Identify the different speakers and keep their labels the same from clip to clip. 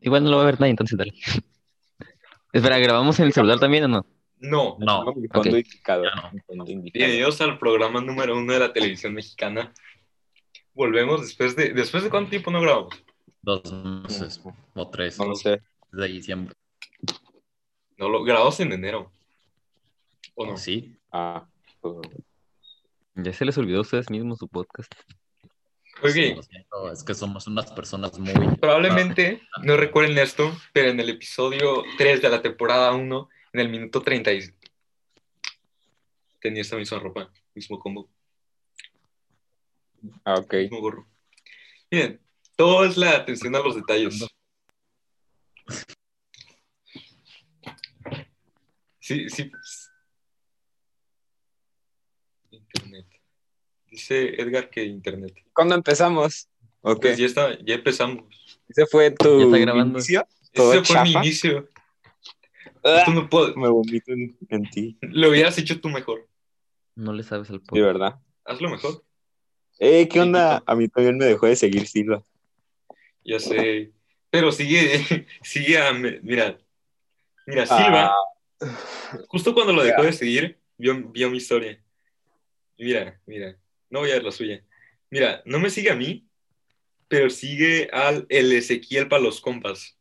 Speaker 1: Igual no lo va a ver nadie, entonces dale. Espera, ¿grabamos en el celular también o no?
Speaker 2: No.
Speaker 3: No,
Speaker 2: Fondo
Speaker 1: Ok.
Speaker 2: indicado,
Speaker 3: Ya no.
Speaker 2: fondo indicado.
Speaker 4: Bienvenidos al programa número uno de la televisión mexicana. Volvemos después de... ¿Después de cuánto tiempo no grabamos?
Speaker 3: dos meses
Speaker 1: pues,
Speaker 3: o tres
Speaker 2: No lo sé.
Speaker 3: de diciembre.
Speaker 4: No, lo grabamos en enero. ¿O no?
Speaker 3: Sí,
Speaker 2: Ah, uh,
Speaker 1: Ya se les olvidó a ustedes mismos su podcast.
Speaker 3: sí,
Speaker 4: Ok,
Speaker 3: lo siento, es que somos unas personas muy...
Speaker 4: probablemente no recuerden esto, pero en el episodio 3 de la temporada 1, en el minuto 30, y- tenía esta misma ropa, mismo combo,
Speaker 2: ah, ok.
Speaker 4: mismo gorro. Miren, todo es la atención a los detalles. Sí, sí. Internet. Dice Edgar que internet.
Speaker 2: ¿Cuándo empezamos? Ok.
Speaker 4: Pues ya está, ya empezamos.
Speaker 2: Ese fue tu
Speaker 1: Ya está grabando.
Speaker 2: inicio. Todo
Speaker 4: Ese fue mi
Speaker 2: chafa.
Speaker 4: inicio. Tú
Speaker 2: Ah,
Speaker 4: no puedo-
Speaker 2: me vomito en, en ti.
Speaker 4: Lo hubieras hecho tú mejor.
Speaker 1: No le sabes al
Speaker 2: De
Speaker 1: podcast.
Speaker 2: verdad.
Speaker 4: Hazlo mejor.
Speaker 2: Eh, ¿qué
Speaker 4: Sí,
Speaker 2: onda?
Speaker 4: quita.
Speaker 2: A mí también me dejó de seguir Silva.
Speaker 4: Ya sé. Pero sigue, sigue a. me- Mira. Mira,
Speaker 2: Ah,
Speaker 4: Silva, justo cuando lo dejó de seguir, vio, vio mi historia. Mira, mira. No voy a ver la suya. Mira, no me sigue a mí, pero sigue al el Ezequiel para los compas.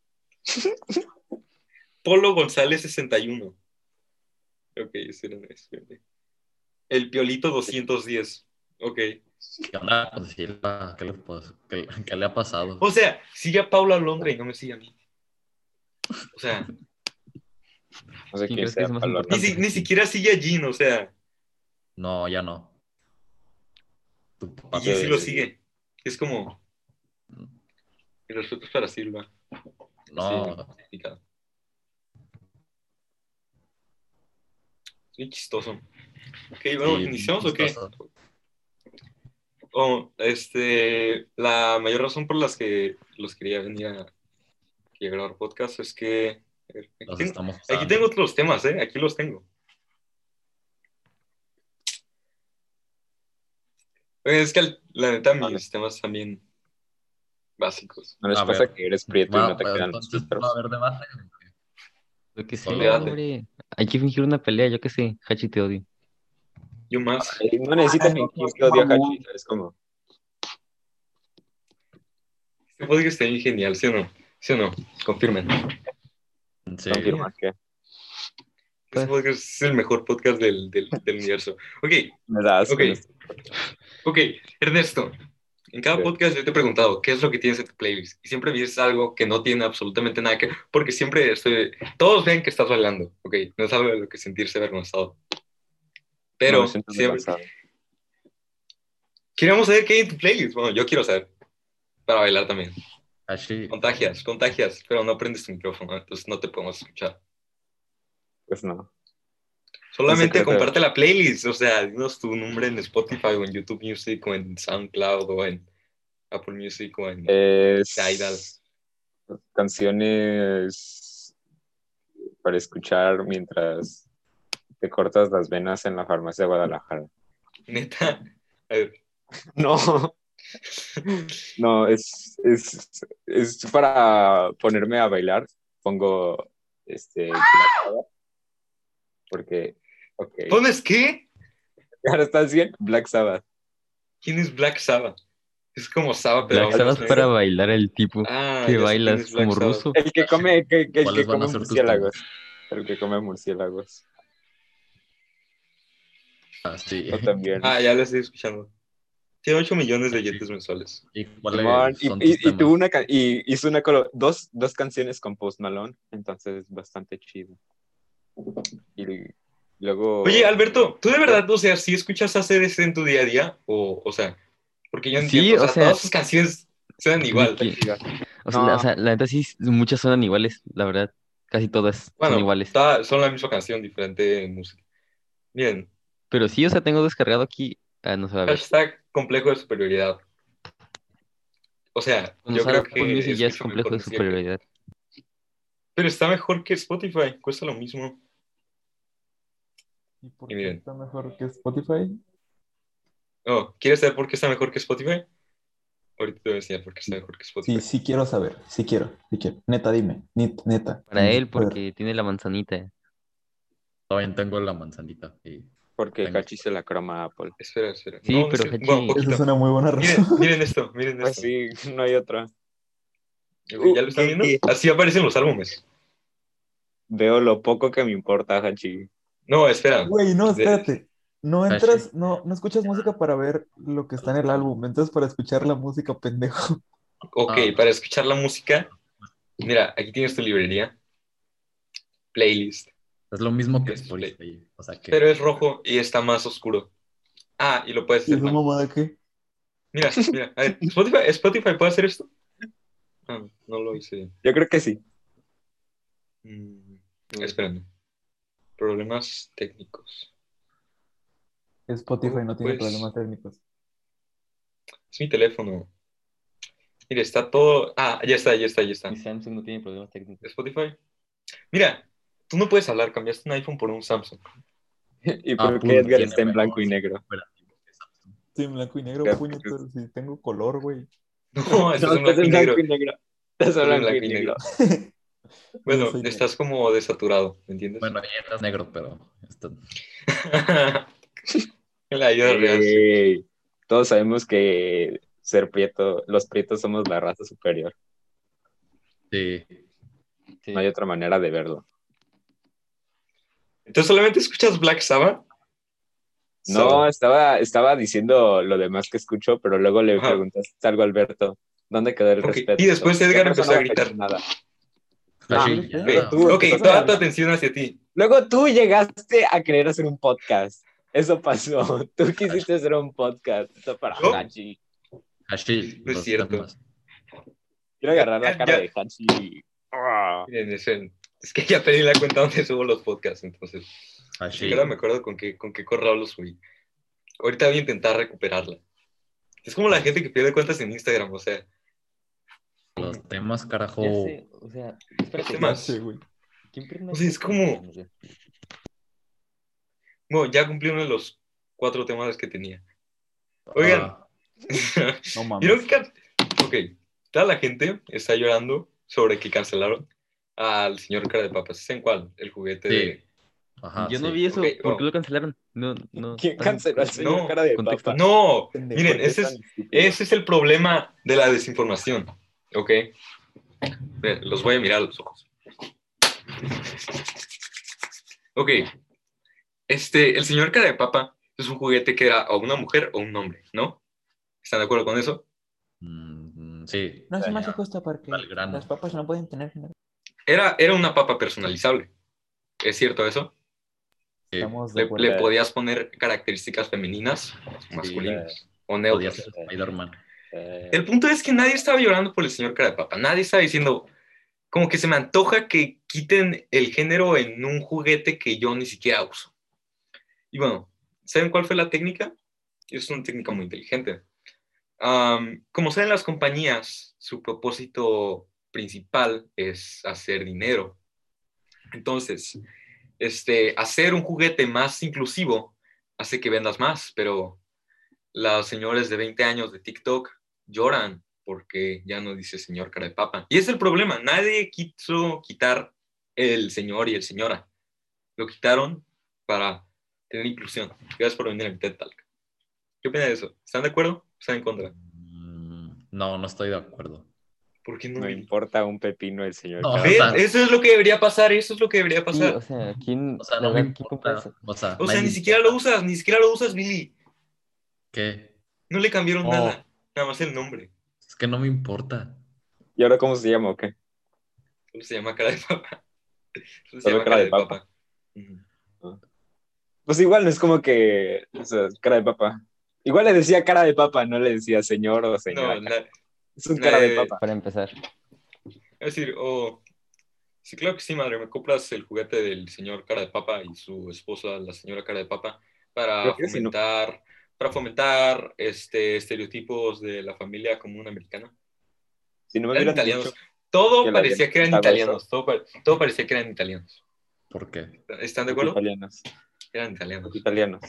Speaker 4: Polo González 61. Ok, espérame, espérame. El Piolito 210. Ok.
Speaker 3: ¿Qué onda con Silva? ¿Qué le, pas- qué- qué le ha pasado?
Speaker 4: O sea, sigue a Paula Londra y no me sigue a mí. O sea,
Speaker 2: no
Speaker 1: ¿Quién
Speaker 2: sé quién
Speaker 1: crees que
Speaker 2: sea.
Speaker 1: es más
Speaker 2: Pablo
Speaker 4: ni,
Speaker 1: importante?
Speaker 4: si- ni siquiera sigue a Jean, o sea,
Speaker 3: No, ya no. Tu papá
Speaker 4: y Jean
Speaker 3: te-
Speaker 4: sí lo sigue. Es como, el respeto es para Silva.
Speaker 3: No,
Speaker 4: Sí, complicado. Qué chistoso. Ok, bueno,
Speaker 3: Sí,
Speaker 4: ¿iniciamos o qué?
Speaker 3: chistoso.
Speaker 4: Oh, este, la mayor razón por las que los quería venir a, a grabar podcast es que... a ver,
Speaker 3: los
Speaker 4: tengo-
Speaker 3: estamos
Speaker 4: Aquí
Speaker 3: usando.
Speaker 4: tengo otros temas, ¿eh? Aquí los tengo. Oye, Es que al- la neta, mis
Speaker 2: Vale.
Speaker 4: temas también básicos.
Speaker 2: No les
Speaker 3: A
Speaker 2: pasa
Speaker 3: ver.
Speaker 2: que eres prieto
Speaker 3: Va,
Speaker 2: y no te
Speaker 1: pues,
Speaker 3: pero
Speaker 2: quedan los
Speaker 3: pues, entonces
Speaker 2: filtros.
Speaker 3: va a haber debate.
Speaker 1: Lo que sí,
Speaker 3: Solo
Speaker 4: debate.
Speaker 1: hombre. Hay que fingir una pelea, yo que sé. Hachi, te odio.
Speaker 4: Yo más.
Speaker 2: Eh, No necesitas
Speaker 1: Ay, no,
Speaker 2: fingir que
Speaker 1: no,
Speaker 2: odio a
Speaker 1: no.
Speaker 2: Hachi, ¿sabes cómo?
Speaker 4: Este podcast está bien genial, ¿sí o no? ¿Sí o no? Confirmen.
Speaker 3: Sí,
Speaker 2: Confirma que
Speaker 4: Este
Speaker 1: Pues.
Speaker 4: podcast es el mejor podcast del, del- del universo. Ok,
Speaker 2: me das.
Speaker 4: Ok. ok, Ernesto. En cada
Speaker 2: Sí.
Speaker 4: podcast yo te he preguntado, ¿qué es lo que tienes en tu playlist? Y siempre me dices algo que no tiene absolutamente nada que... Porque siempre estoy... Todos ven que estás bailando, ok. No es algo de lo que sentirse avergonzado. Pero siempre, Queremos saber qué hay en tu playlist. Bueno, yo quiero saber. Para bailar también.
Speaker 3: Hashi,
Speaker 4: Contagias, contagias, pero no prendes tu micrófono, entonces no te podemos escuchar.
Speaker 2: Pues no.
Speaker 4: Solamente
Speaker 2: secreto.
Speaker 4: comparte la playlist, o sea, dinos tu nombre en Spotify o en YouTube Music o en SoundCloud o en Apple Music o
Speaker 2: Eh.
Speaker 4: en...
Speaker 2: Es...
Speaker 4: Tidal.
Speaker 2: Canciones para escuchar mientras te cortas las venas en la farmacia de Guadalajara.
Speaker 4: Neta. A ver,
Speaker 2: No. No, es, es, es para ponerme a bailar. Pongo este. Black Sabbath, Porque. Ok.
Speaker 4: ¿Pones qué?
Speaker 2: Ahora estás bien. Black Sabbath.
Speaker 4: ¿Quién es Black Sabbath? Es como Saba, pero...
Speaker 1: Black Sabbath
Speaker 4: ahora-
Speaker 1: para bailar el tipo.
Speaker 4: Ah, ya sé
Speaker 1: que
Speaker 4: quién
Speaker 1: bailas
Speaker 4: es Black
Speaker 1: como
Speaker 4: Sabbath.
Speaker 1: ruso.
Speaker 2: El que come, el que, el que
Speaker 3: ¿Cuáles van a
Speaker 2: come
Speaker 3: ser tus
Speaker 2: murciélagos. El que come murciélagos.
Speaker 3: ah, sí.
Speaker 2: Yo también.
Speaker 4: Ah, ya lo estoy escuchando. Tiene 8 millones de yetes mensuales.
Speaker 3: ¿Y cuáles
Speaker 2: Simón, y,
Speaker 3: son
Speaker 2: y-
Speaker 3: tus
Speaker 2: y tuvo
Speaker 3: temas?
Speaker 2: una ca- y hizo una colo- dos, dos canciones con Post Malone, entonces bastante chido. Y luego
Speaker 4: Oye, Alberto, ¿tú de verdad, o sea, si escuchas a CDC en tu día a día? O, o sea, porque yo
Speaker 1: Sí,
Speaker 4: entiendo, o,
Speaker 1: o
Speaker 4: sea,
Speaker 1: sea-
Speaker 4: todas sus canciones suenan igual.
Speaker 1: Sí, O sea,
Speaker 2: No.
Speaker 1: la, o sea, la neta sí, muchas son iguales, la verdad. Casi todas
Speaker 4: Bueno,
Speaker 1: son iguales.
Speaker 4: todas son la misma canción, diferente música. Bien,
Speaker 1: Pero sí, o sea, tengo descargado aquí. Ah, no se va a ver.
Speaker 4: hashtag complejo de superioridad. O sea,
Speaker 1: Cuando
Speaker 4: yo
Speaker 1: sale
Speaker 4: creo
Speaker 1: Apple Music
Speaker 4: que
Speaker 1: ya es
Speaker 4: escucho
Speaker 1: complejo de
Speaker 4: mejor música.
Speaker 1: superioridad.
Speaker 4: Pero está mejor que Spotify, cuesta lo mismo.
Speaker 5: ¿Y por
Speaker 4: Y
Speaker 5: qué
Speaker 4: miren.
Speaker 5: está mejor que Spotify?
Speaker 4: Oh, ¿quieres saber por qué está mejor que Spotify? Ahorita te voy a enseñar porque sabe Jorge Spotify.
Speaker 5: Sí, sí quiero saber, sí quiero, sí quiero. Neta, dime, ni- neta.
Speaker 1: Para él,
Speaker 5: Joder.
Speaker 1: porque tiene la manzanita.
Speaker 3: Todavía tengo la manzanita. y-
Speaker 2: Porque
Speaker 3: Venga.
Speaker 2: Cachi se la croma a Apple.
Speaker 4: Espera, espera.
Speaker 1: Sí,
Speaker 4: No, no
Speaker 1: pero
Speaker 4: sé.
Speaker 1: Hachi-
Speaker 4: Bueno, un
Speaker 5: Esa es
Speaker 4: poquito.
Speaker 5: una muy buena razón.
Speaker 4: Miren, miren esto, miren esto.
Speaker 2: Así, no hay otra.
Speaker 4: ¿Ya lo están viendo? Así aparecen los álbumes.
Speaker 2: Veo lo poco que me importa, Hachi.
Speaker 4: No, espera.
Speaker 5: Güey, no,
Speaker 4: De-
Speaker 5: espérate.
Speaker 1: Ah,
Speaker 5: No entras, no, no escuchas música para ver lo que está en el álbum, entras para escuchar la música, pendejo.
Speaker 4: Ok,
Speaker 3: Ah.
Speaker 4: para escuchar la música, mira, aquí tienes tu librería. Playlist.
Speaker 3: Es lo mismo que
Speaker 4: Es
Speaker 3: Spotify. O sea que.
Speaker 4: Pero es rojo y está más oscuro. Ah, y lo puedes
Speaker 5: ¿Y
Speaker 4: hacer.
Speaker 5: esa
Speaker 4: mal.
Speaker 5: mamada qué?
Speaker 4: Mira, mira. A ver, Spotify, ¿Spotify puede hacer esto? Ah, no lo hice bien.
Speaker 2: Yo creo que sí.
Speaker 4: Mm, espérame. Problemas técnicos.
Speaker 5: Spotify no tiene
Speaker 4: Pues-
Speaker 5: problemas técnicos.
Speaker 4: Es mi teléfono. Mira, está todo. Ah, ya está, ya está, ya está.
Speaker 1: Y Samsung no tiene problemas técnicos.
Speaker 4: Spotify. Mira, tú no puedes hablar, cambiaste un iPhone por un Samsung.
Speaker 2: ¿Y
Speaker 3: Ah,
Speaker 2: por
Speaker 3: pudo,
Speaker 2: qué Edgar
Speaker 3: tiene
Speaker 2: está en blanco y
Speaker 3: mejor
Speaker 2: negro?
Speaker 3: operativo que Samsung.
Speaker 5: Estoy en blanco y negro,
Speaker 2: Claro,
Speaker 4: pues,
Speaker 5: puño,
Speaker 2: porque-
Speaker 5: pero si tengo color, güey.
Speaker 4: No, estás en
Speaker 2: estás
Speaker 4: blanco y negro.
Speaker 2: Estás en
Speaker 4: Estás en
Speaker 2: blanco y negro.
Speaker 4: Bueno,
Speaker 5: soy negro.
Speaker 4: estás como desaturado, ¿me entiendes?
Speaker 3: Bueno, ahí estás negro, pero. este, está-
Speaker 4: En la
Speaker 2: Eh,
Speaker 4: vida real. sí.
Speaker 2: Ey, Todos sabemos que ser prieto, los prietos somos la raza superior.
Speaker 3: Sí.
Speaker 1: Sí.
Speaker 2: No hay otra manera de verlo.
Speaker 4: Entonces solamente escuchas Black Sabbath.
Speaker 2: No,
Speaker 4: So-
Speaker 2: estaba, estaba diciendo lo demás que escucho, pero luego le
Speaker 4: Ajá.
Speaker 2: preguntaste algo a Alberto. ¿Dónde quedó el
Speaker 4: Ok,
Speaker 2: respeto?
Speaker 4: y después
Speaker 2: Yo
Speaker 4: Edgar
Speaker 2: por eso
Speaker 4: empezó a
Speaker 2: me
Speaker 4: gritar.
Speaker 2: afectó Nada.
Speaker 5: Ah,
Speaker 3: Hashi, ya.
Speaker 4: Ve,
Speaker 2: tú
Speaker 4: ok,
Speaker 2: empezaste a
Speaker 4: toda tu
Speaker 2: hablar.
Speaker 4: atención hacia ti.
Speaker 2: Luego tú llegaste a querer hacer un podcast. Eso pasó. Tú quisiste hacer un podcast. Eso para
Speaker 4: ¿Yo?
Speaker 2: Hachi.
Speaker 3: Hashi,
Speaker 4: No es
Speaker 3: los
Speaker 4: cierto.
Speaker 3: temas.
Speaker 2: Quiero agarrar la
Speaker 4: Ya,
Speaker 2: cara
Speaker 4: ya.
Speaker 2: de Hachi. Ah.
Speaker 4: Miren, es, en- es que ya pedí la cuenta donde subo los podcasts, entonces.
Speaker 3: Hashi.
Speaker 4: Ni siquiera me acuerdo con qué, con qué correo los subí. Ahorita voy a intentar recuperarla. Es como la gente que pierde cuentas en Instagram, o sea.
Speaker 3: Los temas, carajo.
Speaker 1: Ya sé, o sea, espérate.
Speaker 4: ¿Qué más?
Speaker 5: No sé, güey.
Speaker 1: ¿Quién pierde una
Speaker 4: O sea, es
Speaker 1: cuenta?
Speaker 4: como- Bueno, ya cumplí uno de los cuatro temas que tenía. Oigan.
Speaker 3: Ah,
Speaker 5: No
Speaker 4: Vieron que
Speaker 5: mames.
Speaker 4: can- Ok, toda la gente está llorando sobre que cancelaron al señor cara de papas. ¿Saben cuál? El juguete
Speaker 3: Sí.
Speaker 4: de...
Speaker 3: Ajá,
Speaker 1: Yo no
Speaker 3: Ah, sí.
Speaker 1: vi eso.
Speaker 4: Ok,
Speaker 1: ¿Por
Speaker 4: bueno.
Speaker 1: qué lo cancelaron? No, no.
Speaker 2: ¿Quién
Speaker 1: Ah,
Speaker 2: canceló al señor
Speaker 4: No,
Speaker 2: cara de
Speaker 1: contexto.
Speaker 2: papa?
Speaker 4: No,
Speaker 5: Pendejo,
Speaker 4: miren,
Speaker 2: ¿Por qué
Speaker 4: ese
Speaker 2: tan
Speaker 4: es,
Speaker 2: estúpido?
Speaker 4: ese es el problema de la desinformación. ¿Ok? Ve, Los voy a mirar a los ojos. Ok. Este, el señor cara de papa es un juguete que era o una mujer o un hombre, ¿no? ¿Están de acuerdo con eso?
Speaker 3: Mm, sí.
Speaker 5: No es
Speaker 3: Ya,
Speaker 5: mágico esta porque
Speaker 3: al grano.
Speaker 5: las papas no pueden tener género.
Speaker 4: Era, era una papa personalizable. ¿Es cierto eso?
Speaker 3: sí.
Speaker 5: Estamos de
Speaker 4: Le,
Speaker 5: acuerdo.
Speaker 4: le podías poner características femeninas, masculinas o
Speaker 3: Podía
Speaker 4: neutras.
Speaker 3: ser Spider-Man.
Speaker 2: Eh,
Speaker 4: El punto es que nadie estaba llorando por el señor cara de papa. Nadie estaba diciendo, como que se me antoja que quiten el género en un juguete que yo ni siquiera uso. Y bueno, ¿saben cuál fue la técnica? Es una técnica muy inteligente. Am, como saben las compañías, su propósito principal es hacer dinero. Entonces, este, hacer un juguete más inclusivo hace que vendas más, pero las señores de 20 años de TikTok lloran porque ya no dice señor cara de papa. Y es el problema, nadie quiso quitar el señor y el señora. Lo quitaron para tener inclusión. Gracias por venir a mi TED Talk. ¿Qué opinan de eso? ¿Están de acuerdo o están en contra?
Speaker 3: Mm, No, no estoy de acuerdo.
Speaker 4: ¿Por qué no?
Speaker 2: no importa un pepino el señor
Speaker 3: No,
Speaker 2: cara de
Speaker 4: Ve,
Speaker 3: o sea-
Speaker 4: eso es lo que debería pasar, eso es lo que debería
Speaker 1: Sí,
Speaker 4: pasar.
Speaker 1: o sea, ¿quién,
Speaker 3: O sea,
Speaker 1: la
Speaker 3: no me
Speaker 1: verdad, ¿quién compra
Speaker 3: importa.
Speaker 1: eso?
Speaker 3: O sea,
Speaker 4: O sea,
Speaker 3: nadie-
Speaker 4: ni siquiera lo usas, ni siquiera lo usas, Billy.
Speaker 3: ¿Qué?
Speaker 4: No le cambiaron
Speaker 3: Oh.
Speaker 4: nada, nada más el nombre.
Speaker 3: Es que no me importa.
Speaker 2: ¿Y ahora cómo se llama o qué?
Speaker 4: Solo se llama cara de papa. Solo se
Speaker 2: Solo
Speaker 4: llama cara de papa. Ujú.
Speaker 2: Pues igual no es como que o sea, cara de papa. Igual le decía cara de papa, no le decía señor o señora.
Speaker 4: No, la-
Speaker 2: es un
Speaker 4: la-
Speaker 2: cara de papa.
Speaker 1: Para empezar.
Speaker 4: Es decir, o sí, claro que sí, madre, me compras el juguete del señor cara de papa y su esposa, la señora cara de papa, para
Speaker 2: Creo que sí, ¿no?
Speaker 4: fomentar, para fomentar este, estereotipos de la familia común americana.
Speaker 2: Si no me
Speaker 4: Eran
Speaker 2: miras
Speaker 4: italianos.
Speaker 2: mucho,
Speaker 4: Todo
Speaker 2: que la
Speaker 4: parecía
Speaker 2: habían
Speaker 4: que eran
Speaker 2: quitado
Speaker 4: italianos. Todo, pa- todo parecía que eran italianos.
Speaker 3: ¿Por qué?
Speaker 4: ¿Están de acuerdo?
Speaker 2: Italianos.
Speaker 4: Eran italianos.
Speaker 2: Italianos.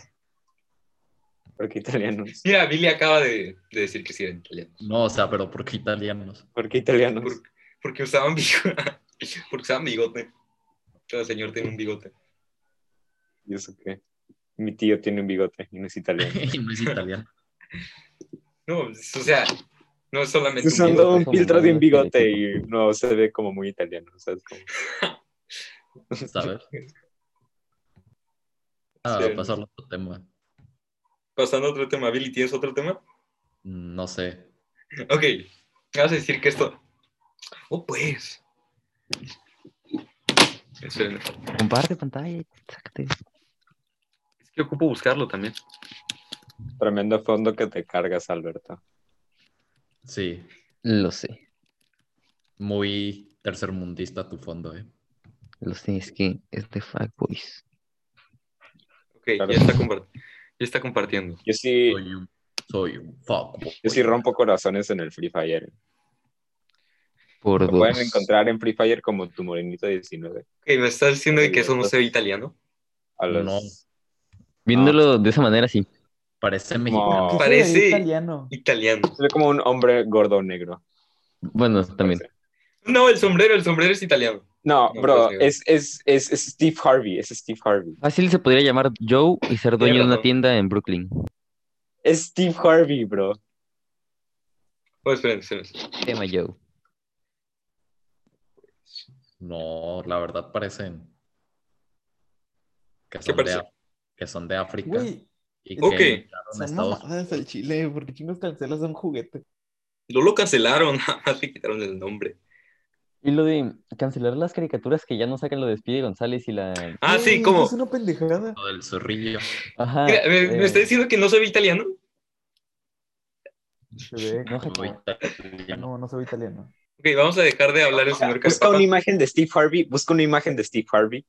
Speaker 2: Porque italianos.
Speaker 4: Mira, Billy acaba de, de decir que sí eran italianos.
Speaker 3: No, o sea, pero ¿por qué italianos?
Speaker 2: Porque italianos.
Speaker 4: Por- porque usaban bigote. porque usaban bigote. Cada señor tiene un bigote.
Speaker 2: ¿Y eso qué? Mi tío tiene un bigote y no es italiano.
Speaker 3: Y no es italiano.
Speaker 4: No, es- o sea, no es solamente un
Speaker 2: Usando
Speaker 4: bigote.
Speaker 2: un filtro de un bigote y no se ve como muy italiano. o sea, es como-
Speaker 3: ¿Sabes? Ah,
Speaker 4: Sí.
Speaker 3: pasar a otro tema.
Speaker 4: Pasando a otro tema, Billy, ¿tienes otro tema?
Speaker 3: Mm, No sé.
Speaker 4: Ok, me vas a decir que esto. Oh, pues. Espérenme.
Speaker 1: Comparte pantalla, sácate.
Speaker 4: Es que ocupo buscarlo también.
Speaker 2: Tremendo fondo que te cargas, Alberto.
Speaker 3: Sí.
Speaker 1: Lo sé,
Speaker 3: Muy tercermundista tu fondo, ¿eh?
Speaker 1: lo sé, es que es de Fatboys.
Speaker 4: Ok,
Speaker 2: Claro.
Speaker 4: ya, está compart- ya está compartiendo.
Speaker 2: Yo sí,
Speaker 3: Soy un, soy un fuck.
Speaker 2: yo sí rompo corazones en el Free Fire.
Speaker 1: Por
Speaker 2: Lo
Speaker 1: dos.
Speaker 2: pueden encontrar en Free Fire como tu morenito 19.
Speaker 4: Ok, me estás diciendo de que eso no se ve italiano.
Speaker 2: A los...
Speaker 3: No.
Speaker 1: Viéndolo de esa manera, sí.
Speaker 3: Parece mexicano.
Speaker 2: No.
Speaker 5: Parece
Speaker 4: Parece-
Speaker 5: italiano.
Speaker 4: Italiano.
Speaker 2: Se ve como un hombre gordo negro.
Speaker 1: Bueno, también.
Speaker 4: No, el sombrero, el sombrero es italiano.
Speaker 2: No,
Speaker 4: No,
Speaker 2: bro,
Speaker 4: pues,
Speaker 2: es, es, es, es Steve Harvey, es Steve Harvey.
Speaker 1: Fácil se podría llamar Joe y ser dueño de
Speaker 4: Tienes
Speaker 1: una
Speaker 4: razón.
Speaker 1: tienda en Brooklyn.
Speaker 2: Es Steve Harvey, bro.
Speaker 4: Oh, esperen, esperen.
Speaker 1: Se llama Joe.
Speaker 3: No, la verdad parecen. Que
Speaker 4: ¿Qué
Speaker 3: son,
Speaker 4: parece?
Speaker 3: de, Af- que son de África.
Speaker 5: Güey,
Speaker 3: y
Speaker 4: Ok.
Speaker 3: que emigraron a
Speaker 5: son
Speaker 3: Estados
Speaker 5: mamadas al chile, porque chingos cancelas un juguete.
Speaker 4: No lo cancelaron, nada más le quitaron el nombre.
Speaker 1: Y lo de cancelar las caricaturas que ya no sacan lo de Speedy González y la.
Speaker 4: Ah,
Speaker 5: Güey,
Speaker 4: sí,
Speaker 5: eso
Speaker 4: como.
Speaker 5: Es una pendejada.
Speaker 3: Unidos, del zorrillo.
Speaker 1: Ajá.
Speaker 4: Mira, ¿me, me
Speaker 1: eh,
Speaker 4: está diciendo que no se ve italiano?
Speaker 5: Se ve
Speaker 1: no,
Speaker 5: como-
Speaker 1: Jacobo.
Speaker 3: italiano.
Speaker 5: No, no se ve italiano.
Speaker 4: Ok, vamos a dejar de hablar el
Speaker 2: Ah,
Speaker 4: señor
Speaker 2: Busca una
Speaker 4: Carapapa.
Speaker 2: imagen de Steve Harvey, busca una imagen de Steve Harvey.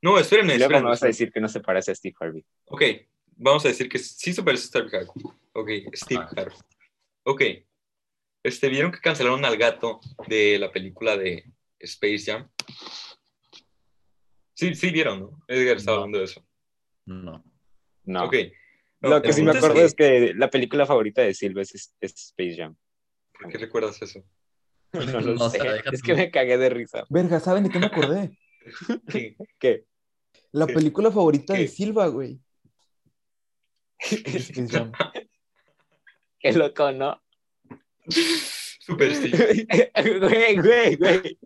Speaker 4: No, espérenme,
Speaker 2: Y luego
Speaker 4: espérenme.
Speaker 2: me vas a decir que no se parece a Steve Harvey.
Speaker 4: Ok, vamos a decir que sí se parece a Steve Harvey. Ok, Steve
Speaker 2: Ah.
Speaker 3: Ajá.
Speaker 4: Harvey. Ok, este, ¿vieron que cancelaron al gato de la película de Space Jam? Sí, sí vieron, ¿no? Edgar estaba
Speaker 3: No.
Speaker 4: hablando de eso.
Speaker 3: No.
Speaker 2: No.
Speaker 4: Ok. No,
Speaker 2: Lo que
Speaker 4: el
Speaker 2: sí me
Speaker 4: punto
Speaker 2: acuerdo
Speaker 4: que-
Speaker 2: es que la película favorita de Silva es, es Space Jam.
Speaker 4: ¿Por qué recuerdas eso?
Speaker 2: No lo
Speaker 3: No, o
Speaker 2: sé.
Speaker 3: sea, deja
Speaker 2: es
Speaker 3: tú.
Speaker 2: que me cagué de risa.
Speaker 5: Verga, ¿saben de qué me acordé?
Speaker 4: Sí.
Speaker 2: ¿Qué?
Speaker 5: La
Speaker 4: ¿Qué?
Speaker 5: película favorita
Speaker 4: ¿Qué?
Speaker 5: de Silva, güey. Space Jam.
Speaker 2: Qué loco, ¿no?
Speaker 4: Super Steve.
Speaker 2: güey, güey, güey.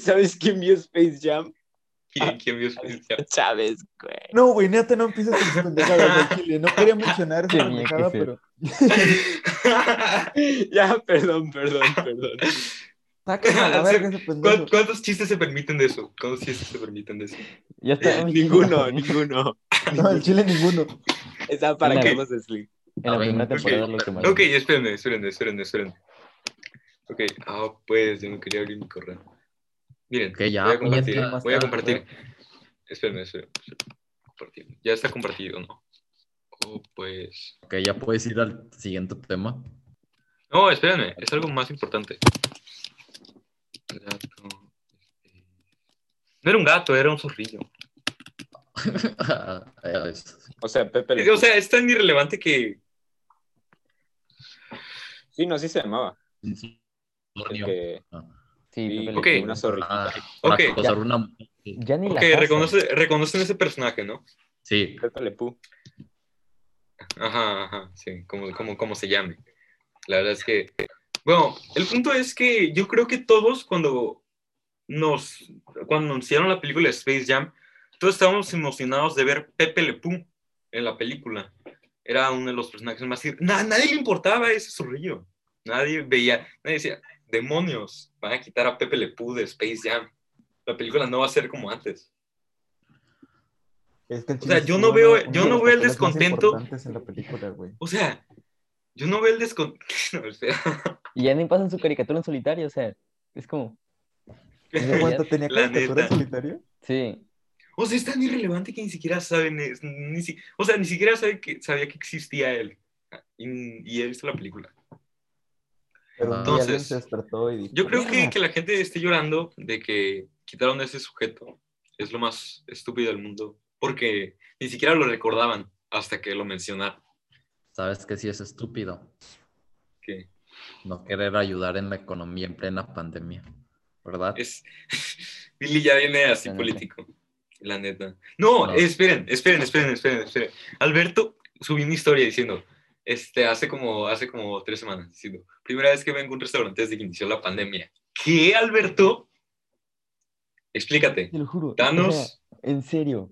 Speaker 2: ¿Sabes quién vio Space Jam? Ah.
Speaker 4: ¿Quién, quién vio Space Jam?
Speaker 2: Chávez, güey.
Speaker 5: No, güey, neta, no empieces con tus pendejadas al chile. No quería mencionar esa
Speaker 1: Tenía que
Speaker 5: pendejada,
Speaker 1: ser.
Speaker 5: pero.
Speaker 2: Ya, perdón, perdón, perdón.
Speaker 5: Sácala a la verga ese pendejo.
Speaker 4: ¿Cuán- ¿Cuántos chistes se permiten de eso? ¿Cuántos chistes se permiten de eso?
Speaker 1: Ya está.
Speaker 2: ninguno, ninguno.
Speaker 5: No, al chile ninguno.
Speaker 2: Está para
Speaker 1: Ok.
Speaker 2: Carlos Slim.
Speaker 1: En la primera
Speaker 3: Ok.
Speaker 1: temporada lo que más.
Speaker 4: Ok, espérenme, espérenme, espérenme, espérenme. Ok, ah, pues yo no quería abrir mi correo. Miren,
Speaker 3: Ok, ya,
Speaker 4: voy a
Speaker 3: pues,
Speaker 4: compartir,
Speaker 3: ya
Speaker 5: está.
Speaker 4: voy a compartir. Espérenme, espérenme. espérenme. Compartir. Ya está compartido, ¿no? Oh, pues...
Speaker 3: Ok, ya puedes ir al siguiente tema.
Speaker 4: No, espérenme, es algo más importante. Gato. este, No era un gato, era un zorrillo.
Speaker 3: Es-
Speaker 2: O sea, Pepe. Le
Speaker 4: O
Speaker 2: Pew.
Speaker 4: sea,
Speaker 1: pues.
Speaker 4: es tan irrelevante que...
Speaker 2: sí, no, sí se llamaba. El que-
Speaker 1: Sí,
Speaker 2: sí,
Speaker 1: Pepe Le
Speaker 4: ok.
Speaker 1: Pew.
Speaker 2: Una zorrita.
Speaker 3: Ah,
Speaker 4: Ok,
Speaker 3: para acosar
Speaker 1: ya.
Speaker 3: una mujer.
Speaker 1: Ya ni
Speaker 4: Ok,
Speaker 1: la. cazan.
Speaker 4: reconoce, reconocen ese personaje, ¿no?
Speaker 3: Sí,
Speaker 2: Pepe Le Pew.
Speaker 4: Ajá, ajá, sí, como, como, como se llame. La verdad es que, bueno, el punto es que yo creo que todos cuando nos, cuando anunciaron la película Space Jam, todos estábamos emocionados de ver Pepe Le Pew en la película. Era uno de los personajes más... ir- Na- nadie le importaba ese zorrillo. Nadie veía, nadie decía, demonios, van a quitar a Pepe Le Pew de Space Jam. La película no va a ser como antes.
Speaker 5: Es que el
Speaker 4: O sea,
Speaker 5: chile
Speaker 4: yo
Speaker 5: es
Speaker 4: no
Speaker 5: uno-
Speaker 4: veo-
Speaker 5: uno de
Speaker 4: yo
Speaker 5: los
Speaker 4: no veo el
Speaker 5: papeles más
Speaker 4: descontento.
Speaker 5: importantes en la película, güey.
Speaker 4: O sea, yo no veo el descontento.
Speaker 1: Y ya ni pasan su caricatura en solitario, o sea, es como.
Speaker 5: ¿Ese aguanta tenía
Speaker 4: La
Speaker 5: caricatura en
Speaker 4: neta.
Speaker 5: solitario?
Speaker 1: Sí.
Speaker 4: O sea, es tan irrelevante que ni siquiera saben, es- ni si- o sea, ni siquiera sabe que, sabía que existía él. ah, Y, y he visto la película.
Speaker 5: Pero un día
Speaker 4: Entonces,
Speaker 5: alguien se despertó y dijo,
Speaker 4: Yo creo que,
Speaker 5: "Mierda".
Speaker 4: que la gente esté llorando de que quitaron a ese sujeto. Es lo más estúpido del mundo. Porque ni siquiera lo recordaban. hasta que lo mencionaron.
Speaker 3: ¿Sabes que sí es estúpido?
Speaker 4: que
Speaker 3: No querer ayudar en la economía en plena pandemia, ¿verdad?
Speaker 4: es... Billy ya viene así
Speaker 1: La neta.
Speaker 4: político, la neta. No,
Speaker 3: No.
Speaker 4: esperen, esperen, esperen, esperen, esperen. Alberto subió una historia diciendo, este, hace como, hace como tres semanas, diciendo, primera vez que vengo a un restaurante desde que inició la pandemia. ¿Qué, Alberto? Explícate,
Speaker 1: Te lo juro.
Speaker 4: danos,
Speaker 1: o sea, en serio.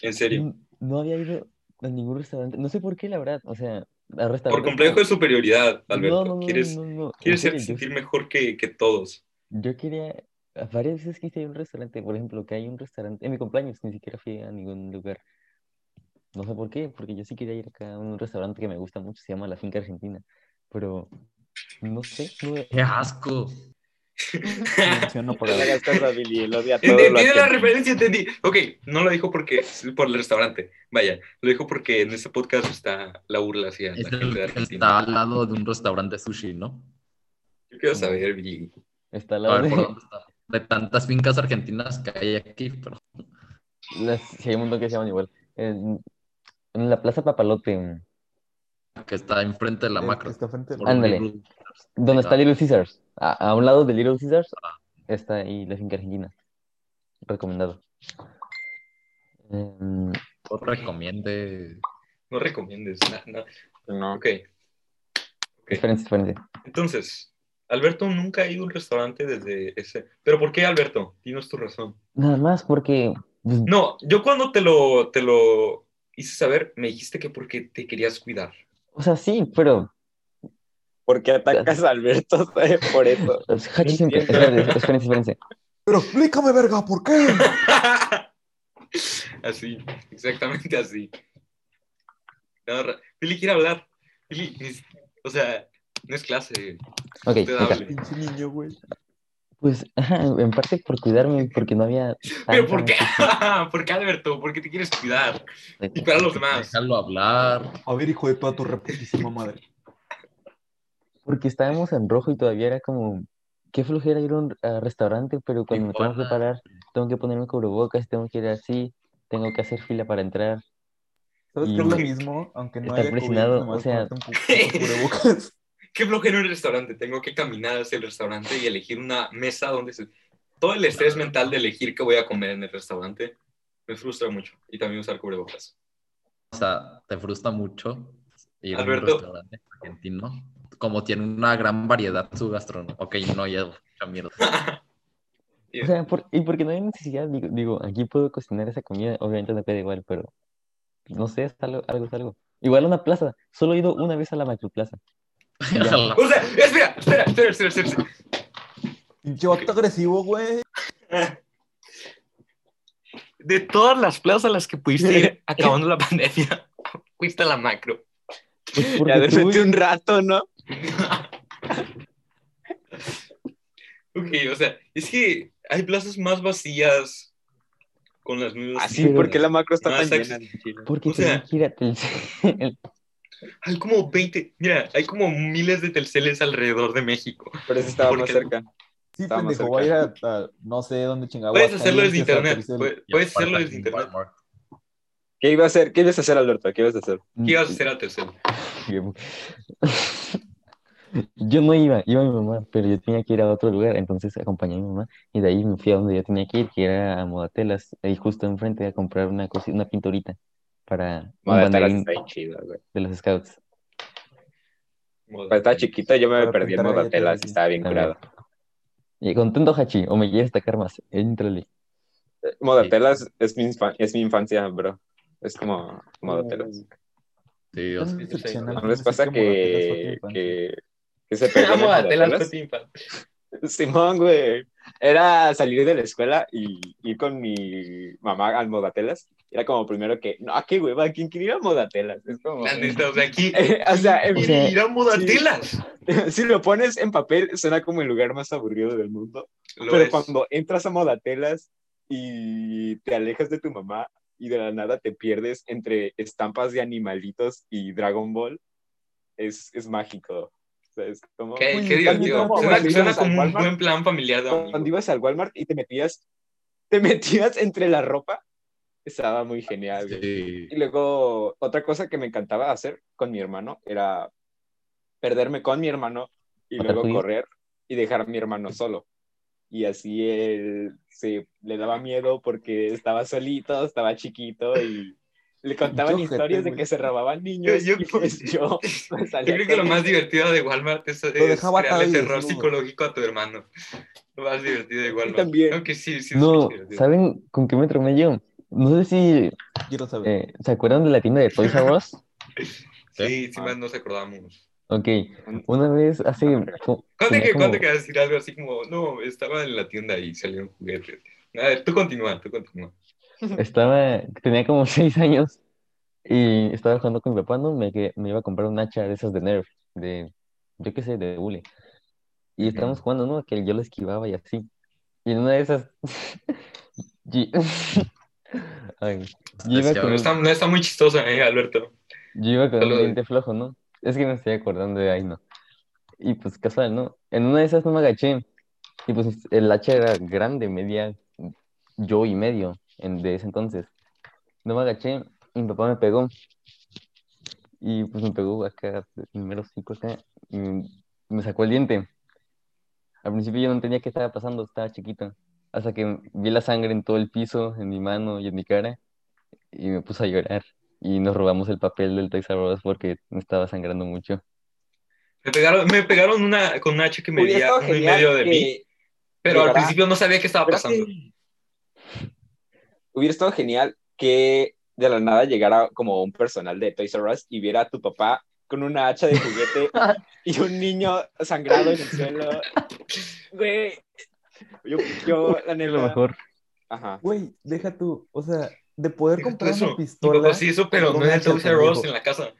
Speaker 4: en serio.
Speaker 1: n- No había ido a ningún restaurante. No sé por qué, la verdad. O sea, a restaurantes.
Speaker 4: Por complejo de superioridad,
Speaker 1: No,
Speaker 4: Alberto.
Speaker 1: no, no,
Speaker 4: ¿Quieres,
Speaker 1: no, no, en
Speaker 4: quieres
Speaker 1: serio,
Speaker 4: hacerte
Speaker 1: yo-
Speaker 4: sentir mejor que, que todos?
Speaker 1: Yo quería, a varias veces quise ir a un restaurante, por ejemplo, que hay un restaurante, en mi cumpleaños ni siquiera fui a ningún lugar. No sé por qué, porque yo sí quería ir acá a un restaurante que me gusta mucho, se llama La Finca Argentina, pero no sé, no,
Speaker 3: ¡Qué asco!
Speaker 5: Menciono por
Speaker 2: No le
Speaker 5: ahí.
Speaker 2: hagas caso a Billy, él odia todo lo
Speaker 4: Entiende la
Speaker 2: que...
Speaker 4: referencia, entendí. Ok, no lo dijo porque por el restaurante. Vaya, lo dijo porque en este podcast está la burla hacia
Speaker 3: Es
Speaker 4: la
Speaker 3: el
Speaker 4: gente de
Speaker 3: que
Speaker 4: Argentina.
Speaker 3: está al lado de un restaurante sushi, ¿no?
Speaker 4: Yo quiero saber, Billy.
Speaker 1: está al
Speaker 3: A
Speaker 1: lado
Speaker 3: ver,
Speaker 1: de
Speaker 3: ¿por dónde está? De tantas fincas argentinas que hay aquí, pero
Speaker 1: las, sí, hay un montón que se llaman igual, en, en la Plaza Papalote, en-
Speaker 3: que está enfrente de la
Speaker 5: El que
Speaker 3: macro.
Speaker 5: Está Eh, frente a la-
Speaker 3: Por
Speaker 1: Ándale.
Speaker 3: Little Caesars.
Speaker 1: donde está
Speaker 3: Ah.
Speaker 1: Little Caesars, a, a un lado de Little Caesars está ahí La Finca Argentina, recomendado. Em,
Speaker 3: No recomiende.
Speaker 4: No recomiendes. na- na-
Speaker 2: No,
Speaker 4: Ok,
Speaker 1: espérense, espérense.
Speaker 4: entonces, Alberto nunca ha ido a un restaurante desde ese. ¿Pero por qué, Alberto? Dinos tu razón.
Speaker 1: Nada más porque... pues,
Speaker 4: No, yo cuando te lo, te lo hice saber, me dijiste que porque te querías cuidar.
Speaker 1: O sea, sí, pero
Speaker 2: ¿por qué atacas a Alberto? ¿Sabes? Por eso.
Speaker 1: es Hachi
Speaker 2: No
Speaker 1: siempre.
Speaker 2: entiendo.
Speaker 1: Espérense, espérense, espérense.
Speaker 5: Pero explícame, verga, ¿por qué?
Speaker 4: así, exactamente así. No, ra- Billy quiere hablar. Billy, es- o sea, no es clase.
Speaker 1: Ok,
Speaker 4: Usted
Speaker 1: acá.
Speaker 4: hable.
Speaker 5: Pinche niño, güey.
Speaker 1: Pues, ajá, en parte por cuidarme, porque no había.
Speaker 4: Pero
Speaker 1: tanta
Speaker 4: ¿por qué?
Speaker 1: necesidad
Speaker 4: ¿Por qué, Alberto? ¿Por qué te quieres cuidar?
Speaker 1: de-
Speaker 4: Y para los demás.
Speaker 3: Déjalo hablar.
Speaker 5: A ver, hijo de toda tu reputísima madre.
Speaker 1: Porque estábamos en rojo y todavía era como. Qué flojera ir a un a restaurante, pero cuando me tengo que
Speaker 3: Iguana.
Speaker 1: parar, tengo que ponerme cubrebocas, tengo que ir así, tengo que hacer fila para entrar.
Speaker 5: ¿Sabes
Speaker 1: Y-
Speaker 5: qué es lo mismo? Aunque no
Speaker 1: Está
Speaker 5: haya COVID,
Speaker 1: presionado,
Speaker 5: nomás
Speaker 1: o sea-
Speaker 5: ponerte un pu- un cubrebocas.
Speaker 4: Qué flojera en el restaurante. Tengo que caminar hacia el restaurante y elegir una mesa donde se... Todo el estrés mental de elegir qué voy a comer en el restaurante me frustra mucho. Y también usar cubrebocas.
Speaker 3: O sea, te frustra mucho ir
Speaker 4: Alberto.
Speaker 3: a un restaurante argentino. Como tiene una gran variedad su gastronomía. Ok, no llevo mucha mierda.
Speaker 1: O sea, por- y porque no hay necesidad, digo, digo, aquí puedo cocinar esa comida, obviamente no queda igual, pero pues, no sé, es algo, algo es algo. Igual a una plaza, solo he ido una vez a la macroplaza.
Speaker 3: Ojalá.
Speaker 4: O sea, espera, espera, espera, espera, espera. espera.
Speaker 5: Pinche vato agresivo, güey.
Speaker 4: De todas las plazas a las que pudiste ir acabando la pandemia, fuiste a la macro.
Speaker 1: Pues
Speaker 2: Ya
Speaker 1: porque tuve-
Speaker 2: detente un rato, ¿no?
Speaker 4: Ok, o sea, es que hay plazas más vacías con las mismas.
Speaker 2: Así,
Speaker 1: pero-
Speaker 2: Ah, porque la macro está
Speaker 4: No,
Speaker 2: tan
Speaker 4: exacto.
Speaker 2: llena. Chile?
Speaker 1: Porque
Speaker 4: O sea-
Speaker 1: tenía que ir a Telcel.
Speaker 4: Hay como 20, mira, hay como miles de telceles alrededor de México.
Speaker 2: Por eso estaba más
Speaker 4: Porque-
Speaker 2: cerca.
Speaker 5: Sí,
Speaker 2: Está más
Speaker 5: pendejo, voy a ir a, a- no sé dónde
Speaker 2: Ah,
Speaker 5: chingado.
Speaker 4: Puedes hacerlo desde internet.
Speaker 5: Aguascalientes, a Telcel.
Speaker 4: Puedes, puedes hacerlo desde internet.
Speaker 2: ¿Qué iba a hacer? ¿Qué ibas a hacer, Alberto? ¿Qué ibas a hacer?
Speaker 4: ¿Qué ibas a hacer a Telcel?
Speaker 1: Yo no iba, iba mi mamá, pero yo tenía que ir a otro lugar, entonces acompañé a mi mamá y de ahí me fui a donde yo tenía que ir, que era a Modatelas, ahí justo enfrente a comprar una cosi- una pinturita para un
Speaker 2: Moda Taras
Speaker 1: banderín
Speaker 2: está bien chida, güey.
Speaker 1: de los scouts.
Speaker 2: Cuando estaba chiquito yo me
Speaker 5: Para
Speaker 2: perdí en
Speaker 5: pintar
Speaker 2: Moda
Speaker 5: galletas,
Speaker 2: Telas,
Speaker 5: sí.
Speaker 2: estaba bien
Speaker 1: También.
Speaker 2: curado.
Speaker 1: Y contento, Hachi, o me quieres destacar más, éntrale.
Speaker 2: Moda
Speaker 3: Sí.
Speaker 2: Telas es mi, infa- es mi infancia, bro. Es como Moda Telas.
Speaker 3: Sí, o sea,
Speaker 5: Tan
Speaker 4: sí, sí,
Speaker 5: decepcionante,
Speaker 2: ¿No les
Speaker 5: sé
Speaker 2: pues pasa
Speaker 5: qué modatelas fue
Speaker 2: que,
Speaker 5: tu infancia.
Speaker 2: que, que se perdían en
Speaker 4: Amo a Telas
Speaker 2: Modatelas? Simón, güey. Era salir de la escuela y ir con mi mamá al Modatelas. Era como primero que, no, qué hueva, ¿quién quiere ir a Modatelas? Es como,
Speaker 4: La neta, o sea, aquí.
Speaker 2: Eh, o sea, en-
Speaker 1: O sea,
Speaker 4: Ir a Modatelas.
Speaker 2: si lo pones en papel, suena como el lugar más aburrido del mundo.
Speaker 4: Lo
Speaker 2: pero
Speaker 4: es.
Speaker 2: cuando entras a Modatelas y te alejas de tu mamá y de la nada te pierdes entre estampas de animalitos y Dragon Ball, es, es mágico. O sea, es como...
Speaker 4: Qué,
Speaker 5: Uy,
Speaker 4: qué divertido.
Speaker 5: cuando
Speaker 4: Suena,
Speaker 2: íbamos
Speaker 4: suena
Speaker 2: al
Speaker 4: como un
Speaker 2: Walmart-
Speaker 4: buen plan familiar de
Speaker 2: cuando
Speaker 4: amigos.
Speaker 2: ibas al Walmart y te metías, te metías entre la ropa Estaba muy genial. güey.
Speaker 3: Sí.
Speaker 2: Y luego, otra cosa que me encantaba hacer con mi hermano era perderme con mi hermano y
Speaker 1: Matar
Speaker 2: luego
Speaker 1: juegos.
Speaker 2: correr y dejar a mi hermano solo. Y así él se le daba miedo porque estaba solito, estaba chiquito y le contaban
Speaker 5: Yo,
Speaker 2: historias
Speaker 5: ojete,
Speaker 2: de
Speaker 5: güey.
Speaker 2: que se robaban niños.
Speaker 4: Yo- yo-
Speaker 2: y pues yo, me
Speaker 4: Yo
Speaker 2: salía
Speaker 4: creo que lo
Speaker 2: con-
Speaker 4: más divertido de Walmart es, es
Speaker 5: dejaba
Speaker 4: crearle
Speaker 5: atado y
Speaker 4: terror
Speaker 5: desnudo.
Speaker 4: psicológico a tu hermano. Lo más divertido de Walmart.
Speaker 2: también.
Speaker 4: Creo que sí, sí. es
Speaker 1: No,
Speaker 4: divertido.
Speaker 1: ¿saben con qué me traumé yo? No sé si
Speaker 5: Quiero saber.
Speaker 1: eh, se acuerdan de la tienda de Toys R Us.
Speaker 4: Sí, sí,
Speaker 2: Ah.
Speaker 4: más nos acordamos.
Speaker 1: Ok, una vez hace... co-
Speaker 4: ¿Cuándo
Speaker 1: tenía
Speaker 4: que,
Speaker 1: como-
Speaker 4: cuándo que vas a decir algo así como, no, estaba en la tienda y salió un juguete? A ver, tú continúa, tú continúa.
Speaker 1: Estaba, tenía como seis años y estaba jugando con mi papá, ¿no? Me, que, me iba a comprar un hacha de esas de Nerf, de, yo qué sé, de hule. Y estábamos jugando, ¿no? Que yo lo esquivaba y así. Y en una de esas... y- Ay, yo iba
Speaker 3: Ya
Speaker 1: con un-
Speaker 4: No está, no está muy chistosa, eh, Alberto.
Speaker 1: yo iba con un
Speaker 4: Saludos.
Speaker 1: diente flojo, ¿no? Es que me estoy acordando de ahí, ¿no? Y pues casual, ¿no? En una de esas no me agaché. Y pues el hacha era grande, media yo y medio en, de ese entonces. No me agaché y mi papá me pegó. Y pues me pegó acá, en el mero hocico acá, y me sacó el diente. Al principio yo no entendía qué estaba pasando, estaba chiquito. Hasta que vi la sangre en todo el piso, en mi mano y en mi cara, y me puse a llorar. Y nos robamos el papel del Toys R Us porque me estaba sangrando mucho.
Speaker 4: Me pegaron, me pegaron una, con un hacha que
Speaker 2: Hubiera
Speaker 4: medía
Speaker 2: estado
Speaker 4: uno y
Speaker 2: genial
Speaker 4: medio de
Speaker 2: que-
Speaker 4: mí, pero al
Speaker 2: llegará-
Speaker 4: principio no sabía qué estaba
Speaker 2: Pero
Speaker 4: pasando.
Speaker 2: sí. Hubiera estado genial que de la nada llegara como un personal de Toys R Us y viera a tu papá con una hacha de juguete y un niño sangrado en el suelo. Güey. Yo, yo la
Speaker 1: Es lo
Speaker 2: neta.
Speaker 1: mejor.
Speaker 2: Ajá.
Speaker 5: Güey, deja tú. O sea, de poder comprar
Speaker 4: Eso,
Speaker 5: una
Speaker 4: mi
Speaker 5: pistola.
Speaker 4: papá sí hizo, pero
Speaker 5: con
Speaker 4: no
Speaker 5: un
Speaker 4: en el
Speaker 5: hacha,
Speaker 4: Toys R Us,
Speaker 5: pendejo.
Speaker 4: en la casa.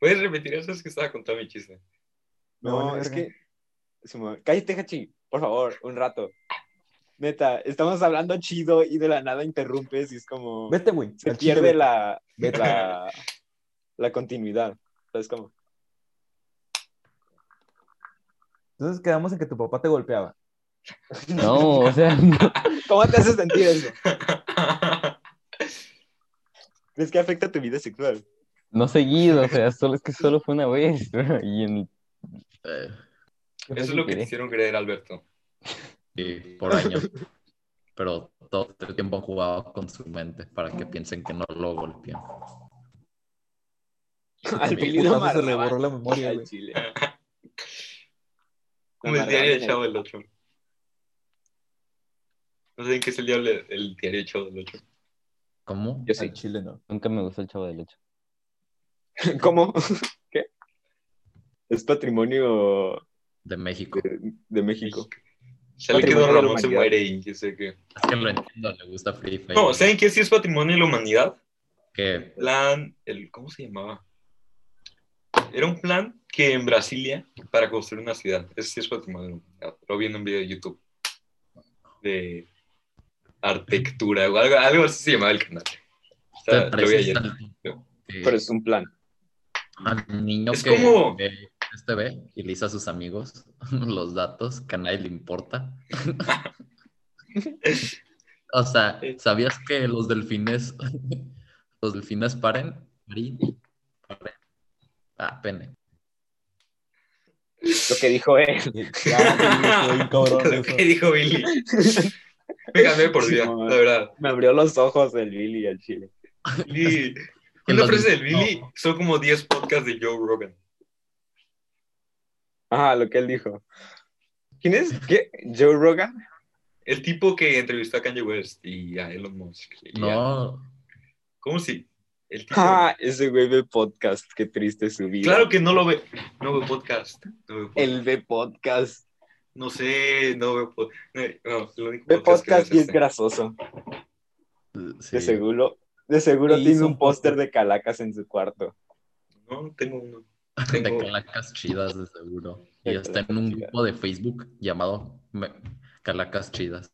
Speaker 4: ¿Puedes repetir eso? Es que estaba contando mi chiste.
Speaker 5: Me
Speaker 2: No,
Speaker 5: vale
Speaker 2: es
Speaker 5: verga.
Speaker 2: que. Simón, Cállate, Hachi, por favor, un rato. Neta, estamos hablando chido y de la nada interrumpes y es como.
Speaker 5: Vete, güey.
Speaker 2: Se
Speaker 5: al chile,
Speaker 2: pierde
Speaker 5: vete.
Speaker 2: la,
Speaker 5: Vete.
Speaker 2: la, la continuidad. ¿Sabes cómo?
Speaker 5: Entonces quedamos en que tu papá te golpeaba.
Speaker 1: No, o sea, no.
Speaker 2: ¿Cómo te hace sentir eso? ¿Crees que afecta tu vida sexual?
Speaker 1: No seguido, o sea, solo es que solo fue una vez. Y en...
Speaker 3: Eh,
Speaker 4: Eso es lo que te hicieron creer, Alberto.
Speaker 3: sí, por año. Pero todo el tiempo jugaba con su mente para que piensen que no lo golpean.
Speaker 2: Al Billy lo
Speaker 5: Putazo se le
Speaker 2: amarraban
Speaker 5: borró la memoria,
Speaker 2: al
Speaker 5: güey.
Speaker 2: chile.
Speaker 4: Como el
Speaker 2: Amarraban
Speaker 4: diario del
Speaker 2: en
Speaker 4: Chavo del Ocho. No sé en qué es el diablo el diario del Chavo del Ocho.
Speaker 3: ¿Cómo?
Speaker 2: Yo
Speaker 5: Al
Speaker 2: sí.
Speaker 5: chile no.
Speaker 1: Nunca me gustó el Chavo del Ocho.
Speaker 2: ¿Cómo? ¿Qué? Es patrimonio
Speaker 3: De México.
Speaker 2: de, de México.
Speaker 4: Sale que
Speaker 2: Patrimonio
Speaker 4: Don
Speaker 2: de la
Speaker 4: Ramón se
Speaker 2: humanidad.
Speaker 4: muere y yo sé qué.
Speaker 3: Es que lo entiendo, le gusta Free Fire.
Speaker 4: No, ¿saben qué sí es patrimonio de la humanidad?
Speaker 3: Que
Speaker 4: plan, el, ¿cómo se llamaba? Era un plan que en Brasilia para construir una ciudad. Ese sí es patrimonio. Lo vi en un video de YouTube. De arquitectura o algo, algo así se llamaba el canal. O sea,
Speaker 3: te
Speaker 4: lo vi
Speaker 3: pareces
Speaker 4: ayer.
Speaker 3: al, eh,
Speaker 2: Pero es un plan.
Speaker 3: al niño
Speaker 4: Es
Speaker 3: que
Speaker 4: como-
Speaker 3: ve este ve y le dice a sus amigos los datos que a nadie le importa. o sea, ¿sabías que los delfines los delfines paren? Paren. paren. Ah, pene.
Speaker 2: Lo que dijo él.
Speaker 5: Ya, güey, soy un cabrón de
Speaker 4: Lo
Speaker 5: eso.
Speaker 4: que dijo Billy. Me cambié por día,
Speaker 2: No,
Speaker 4: la verdad.
Speaker 2: Me abrió los ojos el Billy al chile.
Speaker 4: Billy,
Speaker 3: Que
Speaker 4: una
Speaker 3: los
Speaker 4: frase del
Speaker 3: delfines-
Speaker 4: Billy son como 10 podcasts de Joe Rogan.
Speaker 2: Ajá, lo que él dijo. ¿Quién es? ¿Qué? ¿Joe Rogan?
Speaker 4: El tipo que entrevistó a Kanye West y a Elon Musk. y a-
Speaker 3: No,
Speaker 4: ¿Cómo si? El tipo.
Speaker 2: Ah, ese güey ve podcast. Qué triste su vida.
Speaker 4: Claro que no lo ve. No veo podcast. No veo podcast.
Speaker 2: Él ve podcast.
Speaker 4: No sé, no veo pod- no, no, el único
Speaker 2: Ve
Speaker 4: podcast que
Speaker 2: podcast
Speaker 4: veo es
Speaker 2: y es
Speaker 4: este.
Speaker 2: grasoso.
Speaker 3: sí.
Speaker 2: De seguro. De seguro
Speaker 5: Él
Speaker 2: tiene
Speaker 5: hizo
Speaker 2: un
Speaker 5: un
Speaker 2: póster
Speaker 5: póster.
Speaker 2: de calacas en su cuarto.
Speaker 4: No, no tengo uno.
Speaker 3: De
Speaker 4: Tengo-
Speaker 3: calacas chidas, de seguro. Y
Speaker 2: De
Speaker 3: está en
Speaker 2: calacas
Speaker 3: un
Speaker 2: chidas.
Speaker 3: grupo de Facebook llamado Me- Calacas Chidas.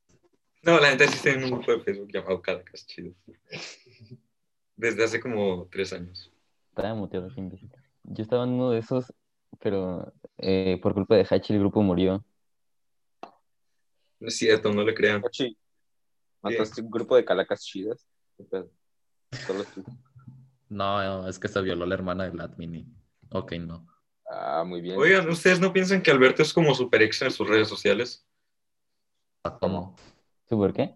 Speaker 4: No, la gente sí está en un grupo de Facebook llamado Calacas Chido. Desde hace como tres años.
Speaker 1: Estaba muteado aquí, imbécil. Yo estaba en uno de esos, pero eh, por culpa de Hachi el grupo murió.
Speaker 4: No es cierto, no le crean.
Speaker 2: Ochi, Mataste un grupo de calacas chidas. ¿Qué pedo? Solo tú.
Speaker 3: No, no, es que se violó la hermana del admin. y- Ok, no.
Speaker 2: Ah, muy bien.
Speaker 4: Oigan, ¿ustedes no piensan que Alberto es como super ex en sus redes sociales?
Speaker 3: Ah, ¿Cómo?
Speaker 1: ¿Súper qué?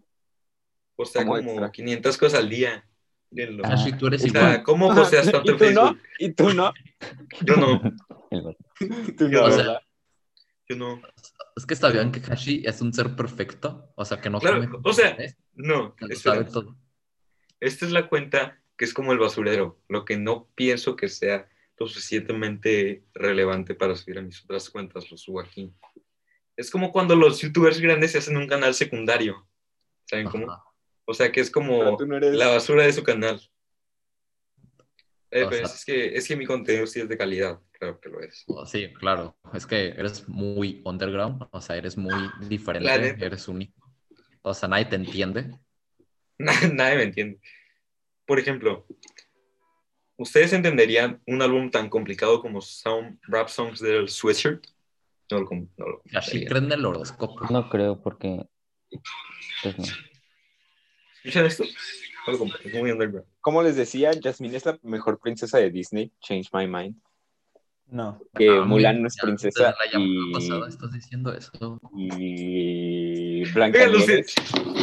Speaker 4: Postea
Speaker 2: Como
Speaker 4: como
Speaker 2: extra.
Speaker 4: 500 cosas al día. Mírenlo.
Speaker 1: Ah,
Speaker 3: Ashley, tú eres
Speaker 4: O sea,
Speaker 3: igual.
Speaker 4: ¿cómo posteas tanto
Speaker 2: Ah, ¿Y
Speaker 4: en
Speaker 2: tú no?
Speaker 4: Facebook?
Speaker 2: ¿Y tú no?
Speaker 4: Yo no,
Speaker 1: El vato.
Speaker 2: Tú no,
Speaker 4: O sea,
Speaker 2: ¿verdad?
Speaker 4: yo no.
Speaker 3: Es que sabían que Hashi es un ser perfecto. O sea, que no
Speaker 4: Claro,
Speaker 3: come.
Speaker 4: o sea,
Speaker 3: ¿eh?
Speaker 4: No,
Speaker 3: Que lo
Speaker 4: espera.
Speaker 3: sabe todo.
Speaker 4: Esta es la cuenta que es como el basurero, lo que no pienso que sea lo suficientemente relevante para subir a mis otras cuentas, lo subo aquí. Es como cuando los youtubers grandes se hacen un canal secundario. ¿Saben cómo?
Speaker 3: Ajá.
Speaker 4: O sea, que es
Speaker 2: Pero
Speaker 4: como
Speaker 2: tú no eres...
Speaker 4: la basura de su canal. Eh,
Speaker 3: O
Speaker 4: pero
Speaker 3: sea-
Speaker 4: es que, es que mi contenido sí es de calidad, claro que lo es.
Speaker 3: Oh, Sí, claro. Es que eres muy underground. O sea, eres muy diferente.
Speaker 4: La neta.
Speaker 3: Eres único. O sea, nadie te entiende.
Speaker 4: Nad- Nadie me entiende. Por ejemplo, ¿ustedes entenderían un álbum tan complicado como Sound Rap Songs del Sweatshirt? No lo, com- no lo
Speaker 3: Hashi
Speaker 4: comprendería.
Speaker 3: cree en el horóscopo.
Speaker 1: No creo porque... Pues no.
Speaker 4: ¿Escuchan esto? No lo comprendo, es muy underground.
Speaker 2: Como les decía, Jasmine es la mejor princesa de Disney. Change my mind.
Speaker 5: No.
Speaker 2: Que
Speaker 3: Ah, muy
Speaker 2: Mulan
Speaker 3: bien,
Speaker 2: no es
Speaker 3: ya,
Speaker 2: princesa
Speaker 3: Desde la llamada pasada
Speaker 2: y...
Speaker 3: estás diciendo eso.
Speaker 2: y
Speaker 4: Oigan,
Speaker 2: Blancanieves
Speaker 4: ¿ustedes,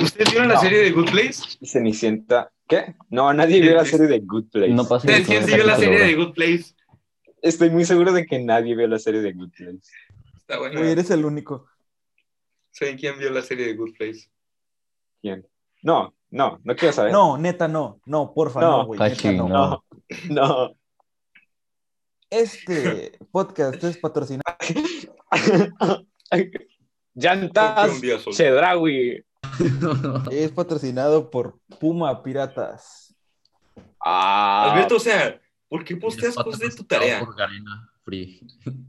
Speaker 4: ¿ustedes vieron la
Speaker 2: No.
Speaker 4: serie de Good Place?
Speaker 2: y Cenicienta. ¿Qué? No, nadie vio la serie de Good Place.
Speaker 1: No pasa ni el primer
Speaker 4: ¿Quién siguió la
Speaker 1: capítulo,
Speaker 4: serie
Speaker 1: bro.
Speaker 4: de Good Place?
Speaker 2: Estoy muy seguro de que nadie vio la serie de Good Place.
Speaker 4: Está bueno.
Speaker 5: Güey, eres el único.
Speaker 4: ¿Saben quién vio la serie de Good Place?
Speaker 2: No, no, no quiero saber.
Speaker 5: No, neta, no. No, porfa,
Speaker 2: No,
Speaker 5: ¿Eh? no, güey. neta,
Speaker 1: Hashi,
Speaker 5: no.
Speaker 1: no.
Speaker 2: no, no.
Speaker 5: Este podcast es patrocinado.
Speaker 4: Un
Speaker 2: Llantas
Speaker 4: día solo.
Speaker 2: Chedrawi.
Speaker 4: Eh,
Speaker 5: Es patrocinado por Puma Piratas.
Speaker 2: Ah,
Speaker 4: Alberto, o sea, ¿por qué posteas cosas pues de tu tarea?
Speaker 3: Por Garena Free.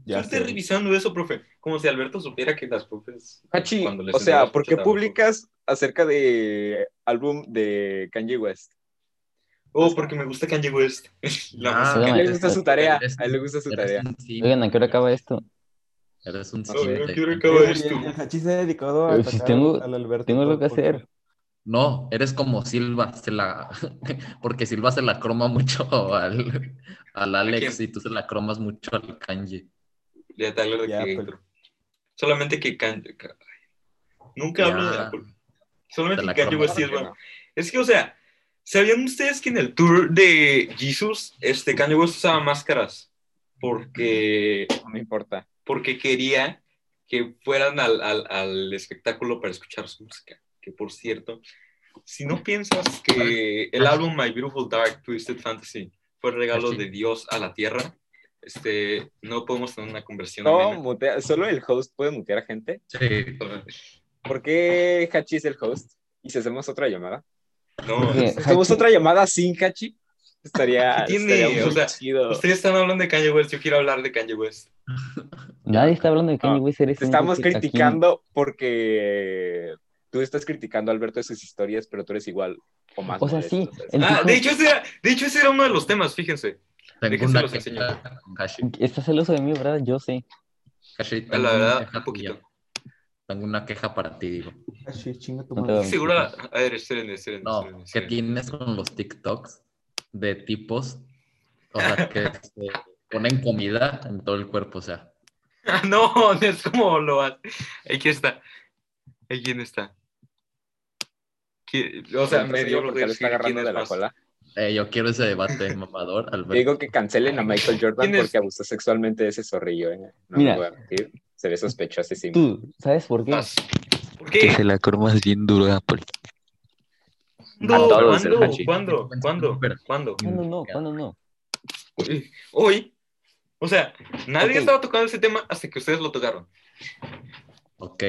Speaker 4: Yo estoy revisando eso, profe. Como si Alberto supiera que las profes...
Speaker 2: Hachi,
Speaker 4: cuando les
Speaker 2: Ah, o sea,
Speaker 4: entregas
Speaker 2: ¿por
Speaker 4: mucho
Speaker 2: qué
Speaker 4: trabajo-
Speaker 2: publicas acerca de álbum de Kanye West?
Speaker 4: Oh, porque me gusta Kanye West. este. La
Speaker 3: Ah,
Speaker 1: Oigan,
Speaker 2: A él le
Speaker 1: eres-
Speaker 2: gusta su tarea.
Speaker 3: eres-
Speaker 2: A él le gusta su
Speaker 3: eres
Speaker 2: tarea.
Speaker 3: un simp,
Speaker 1: Oigan, ¿a qué hora acaba esto?
Speaker 3: Eres un
Speaker 2: No,
Speaker 4: música.
Speaker 2: yo
Speaker 3: simp.
Speaker 4: acabo
Speaker 5: Muy
Speaker 4: esto.
Speaker 5: bien, el Hachi se ha dedicado a
Speaker 1: Pues,
Speaker 5: atacar
Speaker 1: tengo-
Speaker 5: al Alberto
Speaker 1: Tengo
Speaker 5: todo
Speaker 1: algo que
Speaker 5: el podcast.
Speaker 1: hacer.
Speaker 3: No, eres como Silva, se la... porque Silva se la croma mucho al, al Alex y tú se la cromas mucho al Kanye.
Speaker 4: de Tyler de
Speaker 5: Ya,
Speaker 3: pues.
Speaker 4: Creator.
Speaker 5: pero-
Speaker 4: Solamente que Kanye. ca- ay, Nunca
Speaker 3: Ya.
Speaker 4: hablo de Apple.
Speaker 3: Te
Speaker 4: Solamente
Speaker 3: la
Speaker 4: que Kanye West Pues sí es
Speaker 3: clamaste,
Speaker 4: bueno. Es que, o sea, ¿sabían ustedes que en el tour de Jesus, este Kanye West usaba máscaras? Porque,
Speaker 2: No me importa.
Speaker 4: porque quería que fueran al, al- al espectáculo para escuchar su música. Que por cierto, si no piensas que el álbum My Beautiful Dark Twisted Fantasy fue regalo de Dios a la tierra, este, no podemos tener una conversión.
Speaker 2: No,
Speaker 4: amena.
Speaker 2: mutea- solo el host puede mutear a gente.
Speaker 3: Sí,
Speaker 2: ¿Por qué Hachi es el host? ¿Y si hacemos otra llamada?
Speaker 4: No,
Speaker 1: Porque
Speaker 2: Si hacemos
Speaker 1: Eh, Hachi-
Speaker 2: otra llamada sin Hachi, estaría,
Speaker 4: ¿Qué tiene?
Speaker 2: estaría muy
Speaker 4: O sea,
Speaker 2: chido.
Speaker 4: ustedes están hablando de Kanye West, yo quiero hablar de Kanye West.
Speaker 1: Nadie está hablando de Kanye
Speaker 2: No,
Speaker 1: West. eres
Speaker 2: Te
Speaker 1: el único
Speaker 2: estamos
Speaker 1: que- aquí-
Speaker 2: criticando porque tú estás criticando a Alberto de sus historias, pero tú eres igual o más.
Speaker 1: O sea,
Speaker 2: modesto,
Speaker 1: sí,
Speaker 2: ¿sabes?
Speaker 1: el
Speaker 4: Ah,
Speaker 1: tipo
Speaker 4: de hecho, ese era, de hecho, ese era uno de los temas, fíjense.
Speaker 3: tengo
Speaker 4: Déjense
Speaker 3: una
Speaker 4: los
Speaker 3: queja con Hashi.
Speaker 1: está celoso de mí, ¿verdad? Yo sé.
Speaker 4: La
Speaker 3: Hashi, tengo una
Speaker 4: verdad,
Speaker 3: queja
Speaker 4: un poquito.
Speaker 3: tuya. Tengo una queja para ti, digo.
Speaker 5: Hachi, chinga tu
Speaker 1: No te
Speaker 5: madre.
Speaker 1: va
Speaker 4: Seguro, a ver, esperen, esperen.
Speaker 3: No,
Speaker 4: esperen,
Speaker 3: ¿qué
Speaker 4: esperen.
Speaker 3: tienes con los TikToks de tipos? O sea, que se ponen comida en todo el cuerpo, o sea.
Speaker 4: Ah, No, no es como lo hace. Aquí está. Ahí quién está. ¿Qui- O sea,
Speaker 2: Alberto
Speaker 4: me
Speaker 2: se
Speaker 4: dio lo
Speaker 2: llama porque
Speaker 4: de
Speaker 2: le está
Speaker 4: decir quién
Speaker 2: agarrando
Speaker 4: es
Speaker 2: de la
Speaker 4: más.
Speaker 2: cola.
Speaker 3: Eh, yo quiero ese debate, mamador, Alberto.
Speaker 2: Yo digo que cancelen a Michael Jordan
Speaker 4: ¿Quién es?
Speaker 2: porque abusó sexualmente de ese zorrillo. ¿eh? No
Speaker 1: Mira.
Speaker 2: lo voy a mentir. Seré sospechoso sí.
Speaker 1: Tú, ¿sabes por qué?
Speaker 4: Más. ¿Por qué?
Speaker 1: la cromas bien duro a
Speaker 4: ¿Cuándo?
Speaker 2: todos, el
Speaker 4: ¿Cuándo?
Speaker 2: Hachi.
Speaker 4: ¿Cuándo? ¿Cuándo?
Speaker 3: Pero-
Speaker 4: ¿Cuándo?
Speaker 1: ¿Cuándo no? ¿Cuándo no?
Speaker 4: Hoy. O sea, nadie
Speaker 2: Ok.
Speaker 4: estaba tocando ese tema hasta que ustedes lo tocaron.
Speaker 3: Ok,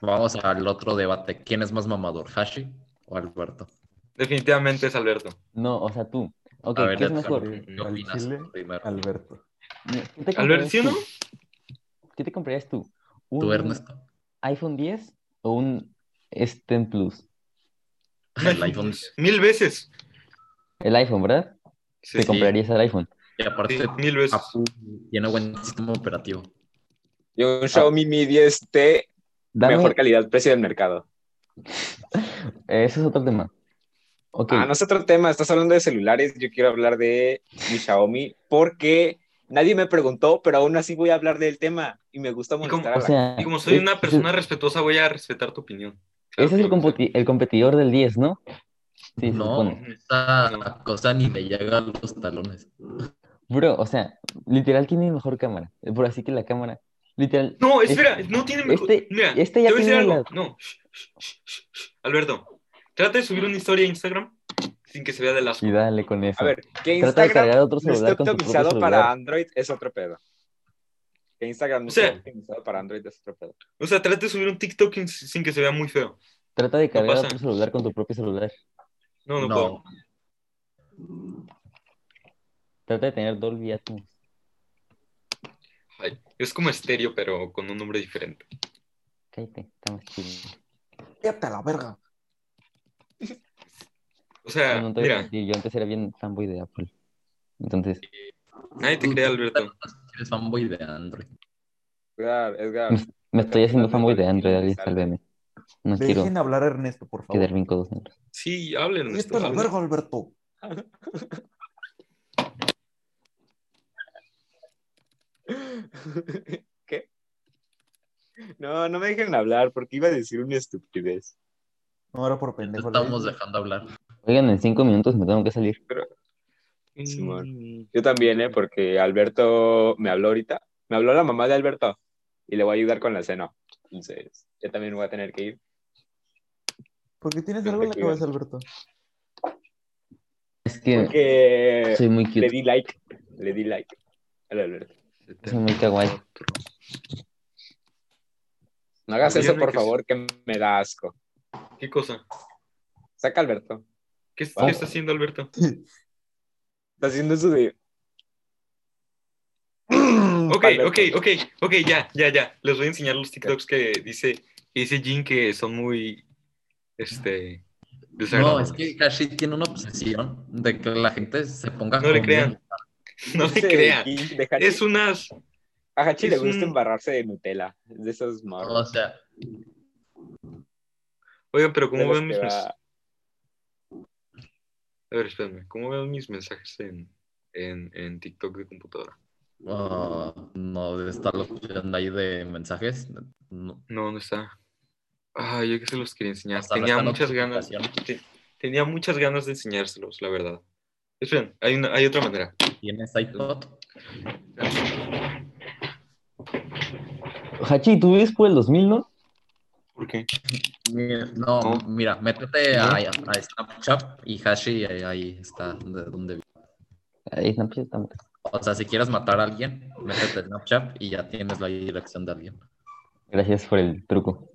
Speaker 3: vamos al otro debate. ¿Quién es más mamador, Hashi o Alberto?
Speaker 4: Definitivamente es Alberto.
Speaker 1: No, o sea, tú. Ok,
Speaker 3: A ver,
Speaker 1: ¿qué es
Speaker 3: Edgar,
Speaker 1: mejor?
Speaker 3: ¿Qué
Speaker 5: Al
Speaker 3: opinas
Speaker 5: chile,
Speaker 3: primero?
Speaker 5: Alberto.
Speaker 1: ¿Qué te
Speaker 4: Alberto,
Speaker 1: comprarías
Speaker 4: ¿sí o no?
Speaker 1: tú? ¿Qué te comprarías tú?
Speaker 3: ¿Tú,
Speaker 1: ¿Un
Speaker 3: Ernesto?
Speaker 1: iPhone 10 o un STEM Plus?
Speaker 3: El iPhone.
Speaker 4: Mil veces.
Speaker 1: El iPhone, ¿verdad?
Speaker 4: Sí,
Speaker 1: Te comprarías el iPhone.
Speaker 3: Y aparte,
Speaker 4: sí, pues, mil veces.
Speaker 3: Apple tiene buen sistema operativo.
Speaker 1: Ah.
Speaker 2: Y un Xiaomi Mi 10T,
Speaker 1: Dame,
Speaker 2: mejor calidad, precio del mercado.
Speaker 1: Ese es otro tema. Ok,
Speaker 2: Ah, no es otro tema, estás hablando de celulares, yo quiero hablar de mi Xiaomi porque nadie me preguntó, pero aún así voy a hablar del tema y me gusta
Speaker 4: cómo?
Speaker 2: molestar a
Speaker 1: o
Speaker 2: la-
Speaker 1: sea,
Speaker 4: Y como soy
Speaker 1: es-
Speaker 4: una persona respetuosa, voy a respetar tu opinión.
Speaker 1: Ese
Speaker 4: Claro
Speaker 1: es
Speaker 4: que
Speaker 1: el,
Speaker 4: lo voy a
Speaker 1: competi- el competidor del 10, ¿no? Sí, se
Speaker 3: No,
Speaker 1: supone.
Speaker 3: esa
Speaker 4: No.
Speaker 3: cosa ni me llega a los talones.
Speaker 1: Bro, o sea, literal tiene mejor cámara. Por así que la cámara, literal,
Speaker 4: hacer. No, espera,
Speaker 1: Este-
Speaker 4: no tiene mejor.
Speaker 1: este-
Speaker 4: Mira,
Speaker 1: este ya
Speaker 4: te voy a decir
Speaker 1: tiene
Speaker 4: algo. No. shh, shh, shh, shh, shh. Alberto, trata de subir una historia a Instagram sin que se vea de las.
Speaker 1: y dale con eso.
Speaker 2: A ver, que
Speaker 1: Trata de
Speaker 2: Instagram
Speaker 1: cargar otro
Speaker 2: no
Speaker 1: celular
Speaker 2: esté
Speaker 1: con tu propio
Speaker 2: optimizado
Speaker 1: celular.
Speaker 2: para Android es otro pedo. Que Instagram no
Speaker 4: O sea-
Speaker 2: esté optimizado para Android es otro pedo.
Speaker 4: O sea, trata de subir un TikTok sin- sin que se vea muy feo.
Speaker 1: Trata de cargar
Speaker 4: pasa.
Speaker 1: otro celular con tu propio celular.
Speaker 4: No, no, puedo.
Speaker 3: No,
Speaker 1: Trata de tener Dolby Atmos.
Speaker 4: Ay, es como estéreo, pero con un nombre diferente.
Speaker 1: Cállate, está más chido.
Speaker 5: Cállate a la verga.
Speaker 4: O sea,
Speaker 1: No, no te voy a
Speaker 4: Ah, mira,
Speaker 1: mentir, yo antes era bien fanboy de Apple. Entonces,
Speaker 4: nadie te cree, Alberto.
Speaker 3: eres fanboy de Android.
Speaker 2: Edgar, Edgar,
Speaker 1: me estoy haciendo
Speaker 2: Trata de
Speaker 1: fanboy de Android,
Speaker 2: optimizar.
Speaker 1: alguien sálveme. No quiero
Speaker 5: Dejen hablar a Ernesto, por favor.
Speaker 1: quedarme en codos negros.
Speaker 4: Sí, hablen.
Speaker 5: Cállate a la
Speaker 4: hablen.
Speaker 5: verga, Alberto.
Speaker 2: ¿Qué? No, no me dejen hablar porque iba a decir una estupidez.
Speaker 5: No era por pendejo. le
Speaker 3: Estamos
Speaker 5: dije.
Speaker 3: dejando hablar.
Speaker 1: Oigan, en cinco minutos me tengo que salir.
Speaker 4: Mm,
Speaker 2: Simón. Yo también, ¿eh? Porque Alberto me habló ahorita. Me habló la mamá de Alberto y le voy a ayudar con la cena. Entonces, yo también voy a tener que ir.
Speaker 5: ¿Por qué tienes algo en la
Speaker 2: Tranquilo.
Speaker 5: cabeza, Alberto?
Speaker 1: Es que
Speaker 2: Porque
Speaker 1: soy muy
Speaker 2: le
Speaker 1: cute,
Speaker 2: di like. Le di like al Alberto.
Speaker 1: soy muy kawaii.
Speaker 2: No hagas eso,
Speaker 4: Díganme
Speaker 2: por
Speaker 4: pues que-
Speaker 2: favor, que me da asco.
Speaker 4: ¿Qué cosa?
Speaker 2: Saca a Alberto.
Speaker 4: ¿Qué, qué
Speaker 2: Wow.
Speaker 4: está haciendo Alberto?
Speaker 2: Está haciendo eso de.
Speaker 4: Ok, ok, ok, ok, ya, ya, ya. Les voy a enseñar los TikToks que dice, que dice Jin que son muy, este,
Speaker 3: No,
Speaker 4: desagradables.
Speaker 3: es que Hashi tiene una obsesión de que la gente se ponga.
Speaker 4: No le
Speaker 3: con-
Speaker 4: crean. No
Speaker 2: Este,
Speaker 4: me crean. Es unas...
Speaker 2: A Hachi le
Speaker 4: es
Speaker 2: gusta
Speaker 4: un-
Speaker 2: embarrarse de Nutella. Es de esos morros.
Speaker 3: O sea,
Speaker 4: Oigan, pero
Speaker 2: de
Speaker 4: ¿cómo
Speaker 2: los
Speaker 4: veo mis
Speaker 2: que va-
Speaker 4: mensajes? A ver, espérame. ¿Cómo veo mis mensajes en, en, en TikTok de computadora?
Speaker 3: ah, no, está la opción ahí de mensajes. No,
Speaker 4: No, no está. Ay, yo que se los quería enseñar.
Speaker 3: hasta no
Speaker 4: Tenía
Speaker 3: está la
Speaker 4: muchas ganas.
Speaker 3: notificación.
Speaker 4: te- tenía muchas ganas de enseñárselos, la verdad. Esperen, hay, una, hay otra manera.
Speaker 3: ¿Tienes iPod?
Speaker 1: Hachi, ¿tú vives por el 2000, no?
Speaker 4: ¿Por qué?
Speaker 3: No,
Speaker 4: No.
Speaker 3: mira, métete
Speaker 4: No.
Speaker 3: a, a Snapchat y Hashi ahí, ahí está de donde vive.
Speaker 1: Ahí Snapchat está muerto.
Speaker 3: O sea, si quieres matar a alguien, métete a Snapchat y ya tienes la dirección de alguien.
Speaker 1: Gracias por el truco.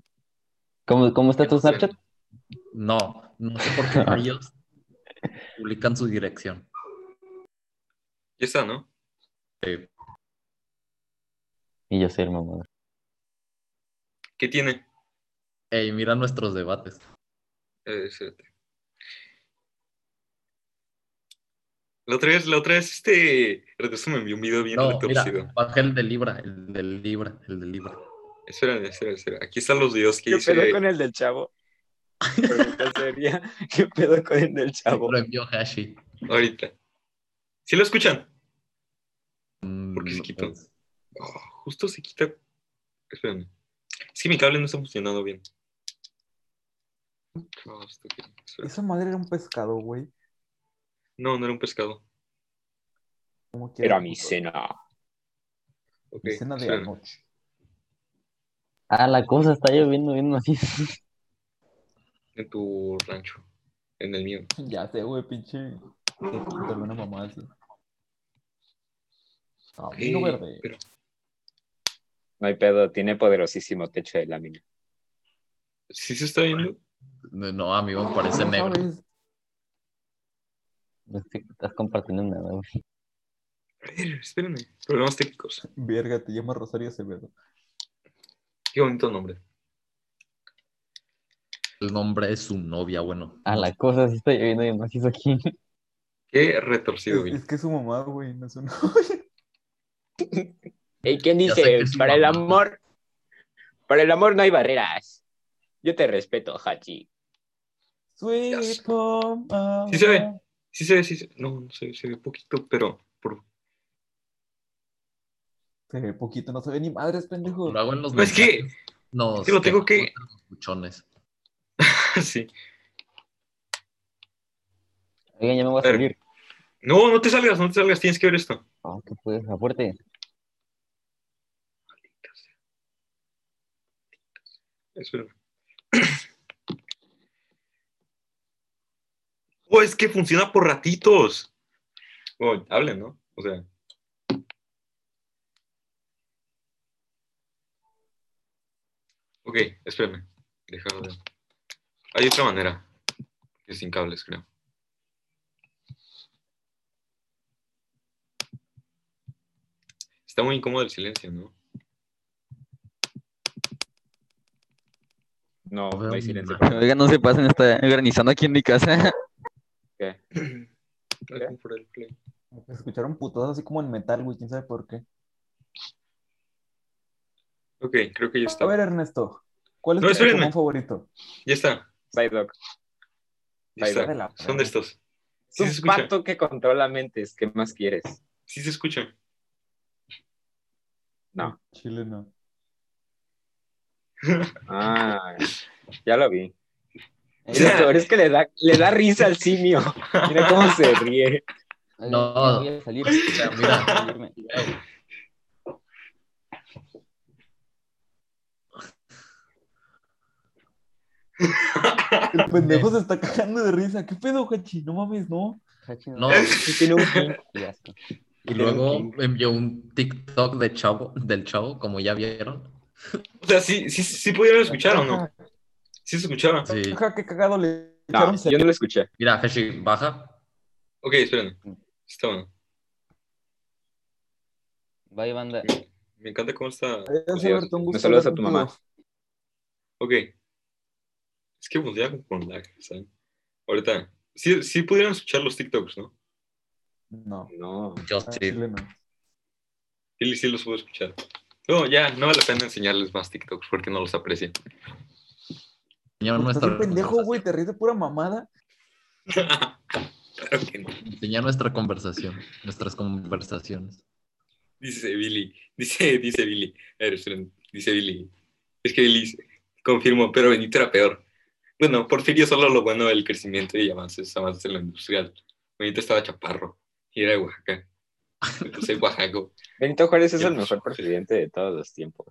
Speaker 1: ¿Cómo, cómo está tu Snapchat?
Speaker 3: No, no sé por qué varios publican su dirección.
Speaker 4: Ya está, ¿no?
Speaker 3: Eh,
Speaker 1: Y yo soy el mamador.
Speaker 4: ¿Qué tiene?
Speaker 3: ey, mira nuestros debates.
Speaker 4: Eh, espérate. La otra vez, la otra vez, este. Retraso me envió un video bien
Speaker 3: No, mira,
Speaker 4: retorcido.
Speaker 3: baja el de Libra, el de Libra, el de Libra.
Speaker 4: Ah, Espera, espera, espera. Aquí están los videos que
Speaker 2: ¿Qué
Speaker 4: hice.
Speaker 2: pedo con el del chavo? Pregunta seria. ¿Qué pedo con el del chavo?
Speaker 3: Lo envió Hashi.
Speaker 4: Ahorita. ¿Sí lo escuchan?
Speaker 3: Mm,
Speaker 4: ¿Por qué se quitó?
Speaker 3: pues,
Speaker 4: Oh, justo se quita. Espérame. Es que mi cable no está funcionando bien. Oh, está aquí. Espera.
Speaker 5: Esa madre era un pescado, güey.
Speaker 4: No, no era un pescado.
Speaker 5: Como que
Speaker 2: Era mi cena.
Speaker 4: Ok,
Speaker 5: Mi cena de
Speaker 4: espera.
Speaker 5: anoche.
Speaker 1: Ah, la cosa está lloviendo bien así.
Speaker 4: En tu rancho. En el mío.
Speaker 5: Ya sé, güey, pinche. Te una mamá así. Camino
Speaker 4: Eh,
Speaker 5: verde.
Speaker 4: pero-
Speaker 2: No hay pedo, tiene poderosísimo techo de lámina.
Speaker 4: ¿Sí se está viendo?
Speaker 3: No, a mí me parece
Speaker 5: No
Speaker 3: negro.
Speaker 5: sabes.
Speaker 1: No sé, estás compartiendo nada, güey.
Speaker 4: A ver, espérame. Problemas técnicos.
Speaker 5: Verga, te llama Rosario Acevedo.
Speaker 4: Qué bonito nombre.
Speaker 3: El nombre es su novia, bueno.
Speaker 1: Ah, la cosa sí está lloviendo bien macizo aquí.
Speaker 4: Qué retorcido,
Speaker 5: Es,
Speaker 4: güey.
Speaker 5: es que es su mamá, güey, no es un...
Speaker 2: ¿Y quién
Speaker 3: Ya sé que
Speaker 2: dice?
Speaker 3: es su
Speaker 2: Para el
Speaker 3: mamá".
Speaker 2: amor. Para el amor no hay barreras. Yo te respeto, Hachi.
Speaker 5: Sweet home.
Speaker 4: Sí se ve.
Speaker 5: Alabama.
Speaker 4: Sí se ve, sí se No, no se, se ve poquito, pero por-
Speaker 5: Se ve poquito, no se ve ni madres, pendejo.
Speaker 3: Lo hago en los
Speaker 4: No, es Pues que-
Speaker 3: mensajes, nos
Speaker 4: es que lo tengo que-
Speaker 3: quejamos de los buchones.
Speaker 4: sí.
Speaker 1: Oigan, ya me voy a
Speaker 4: Pero-
Speaker 1: salir.
Speaker 4: No, no te salgas, no te salgas, tienes que ver esto.
Speaker 1: Ah, que puedes, a fuerte.
Speaker 4: Espera. Oh, es que funciona por ratitos. Oh, hablen, ¿no? O sea. Ok, espérame. Déjame ver. Hay otra manera. Que sin cables, creo. Está muy incómodo el silencio, ¿no?
Speaker 2: No,
Speaker 3: No veo
Speaker 2: no hay
Speaker 3: ni
Speaker 2: silencio.
Speaker 3: madre.
Speaker 1: Oigan, no se pasen, está organizando aquí en mi casa.
Speaker 4: Ay, como fuera del play.
Speaker 5: Se escucharon putadas así como en metal, güey, quién sabe por qué.
Speaker 4: Ok, creo que ya está.
Speaker 5: A ver, Ernesto, ¿cuál es
Speaker 4: No,
Speaker 5: tu
Speaker 4: espérenme.
Speaker 5: Pokémon favorito?
Speaker 4: Ya está.
Speaker 2: Psyduck.
Speaker 4: Ya
Speaker 2: Ahí
Speaker 4: está.
Speaker 5: va. De la
Speaker 4: Son de estos.
Speaker 2: Es
Speaker 4: Sí
Speaker 2: un
Speaker 4: se escucha.
Speaker 2: pato que controla mentes. ¿Qué más quieres?
Speaker 4: Sí se escucha.
Speaker 2: No.
Speaker 5: Chile no.
Speaker 2: Ah, ya lo vi. Y lo
Speaker 4: Ya.
Speaker 2: peor es que le da, le da risa al simio. Mira cómo se ríe.
Speaker 1: Oigan,
Speaker 3: No.
Speaker 1: ya voy a salir.
Speaker 3: sea, mira.
Speaker 1: Voy a salirme.
Speaker 5: El pendejo se está cagando de risa. ¿Qué pedo, Hachi? No mames, no.
Speaker 1: Hachi,
Speaker 3: No,
Speaker 2: Tiene un pin.
Speaker 1: Y asco.
Speaker 3: y luego me envió un TikTok de chavo, del chavo, como ya vieron.
Speaker 4: O sea, sí, sí, sí pudieron escuchar o no. Sí se escuchaba.
Speaker 3: Sí.
Speaker 5: Ajá, qué cagado le
Speaker 2: No,
Speaker 5: echaron
Speaker 2: yo no lo escuché.
Speaker 3: Mira, Hashi, baja.
Speaker 4: Ok, esperen. Está bueno.
Speaker 1: Bye, banda.
Speaker 4: Me encanta cómo está.
Speaker 2: Adiós. Me saludas a tu mamá.
Speaker 4: Ok. Es que funciona como con lag, ¿saben? Ahorita. Sí, sí pudieron escuchar los TikToks, ¿no?
Speaker 5: No,
Speaker 2: No.
Speaker 3: Yo
Speaker 5: al
Speaker 3: sí.
Speaker 5: chile no. Pues,
Speaker 4: Sí, sí los puedo escuchar. No, ya, no vale la pena enseñarles más TikToks porque no los aprecian.
Speaker 3: Enseñaron
Speaker 5: Pues Estás
Speaker 3: nuestra
Speaker 5: un pendejo, güey, te ríes de pura mamada.
Speaker 4: claro que no.
Speaker 3: Enseñar nuestra conversación, nuestras conversaciones.
Speaker 4: Dice Billy, dice, dice Billy, A ver, esperen, dice Billy. Es que Billy dice, confirmó, pero Benito era peor. Bueno, Porfirio solo lo bueno del crecimiento y avances, avances en lo industrial. Benito estaba chaparro y era de Oaxaca. Entonces, Oaxaco.
Speaker 2: Benito Juárez es
Speaker 4: Yo-
Speaker 2: el mejor presidente de todos los tiempos.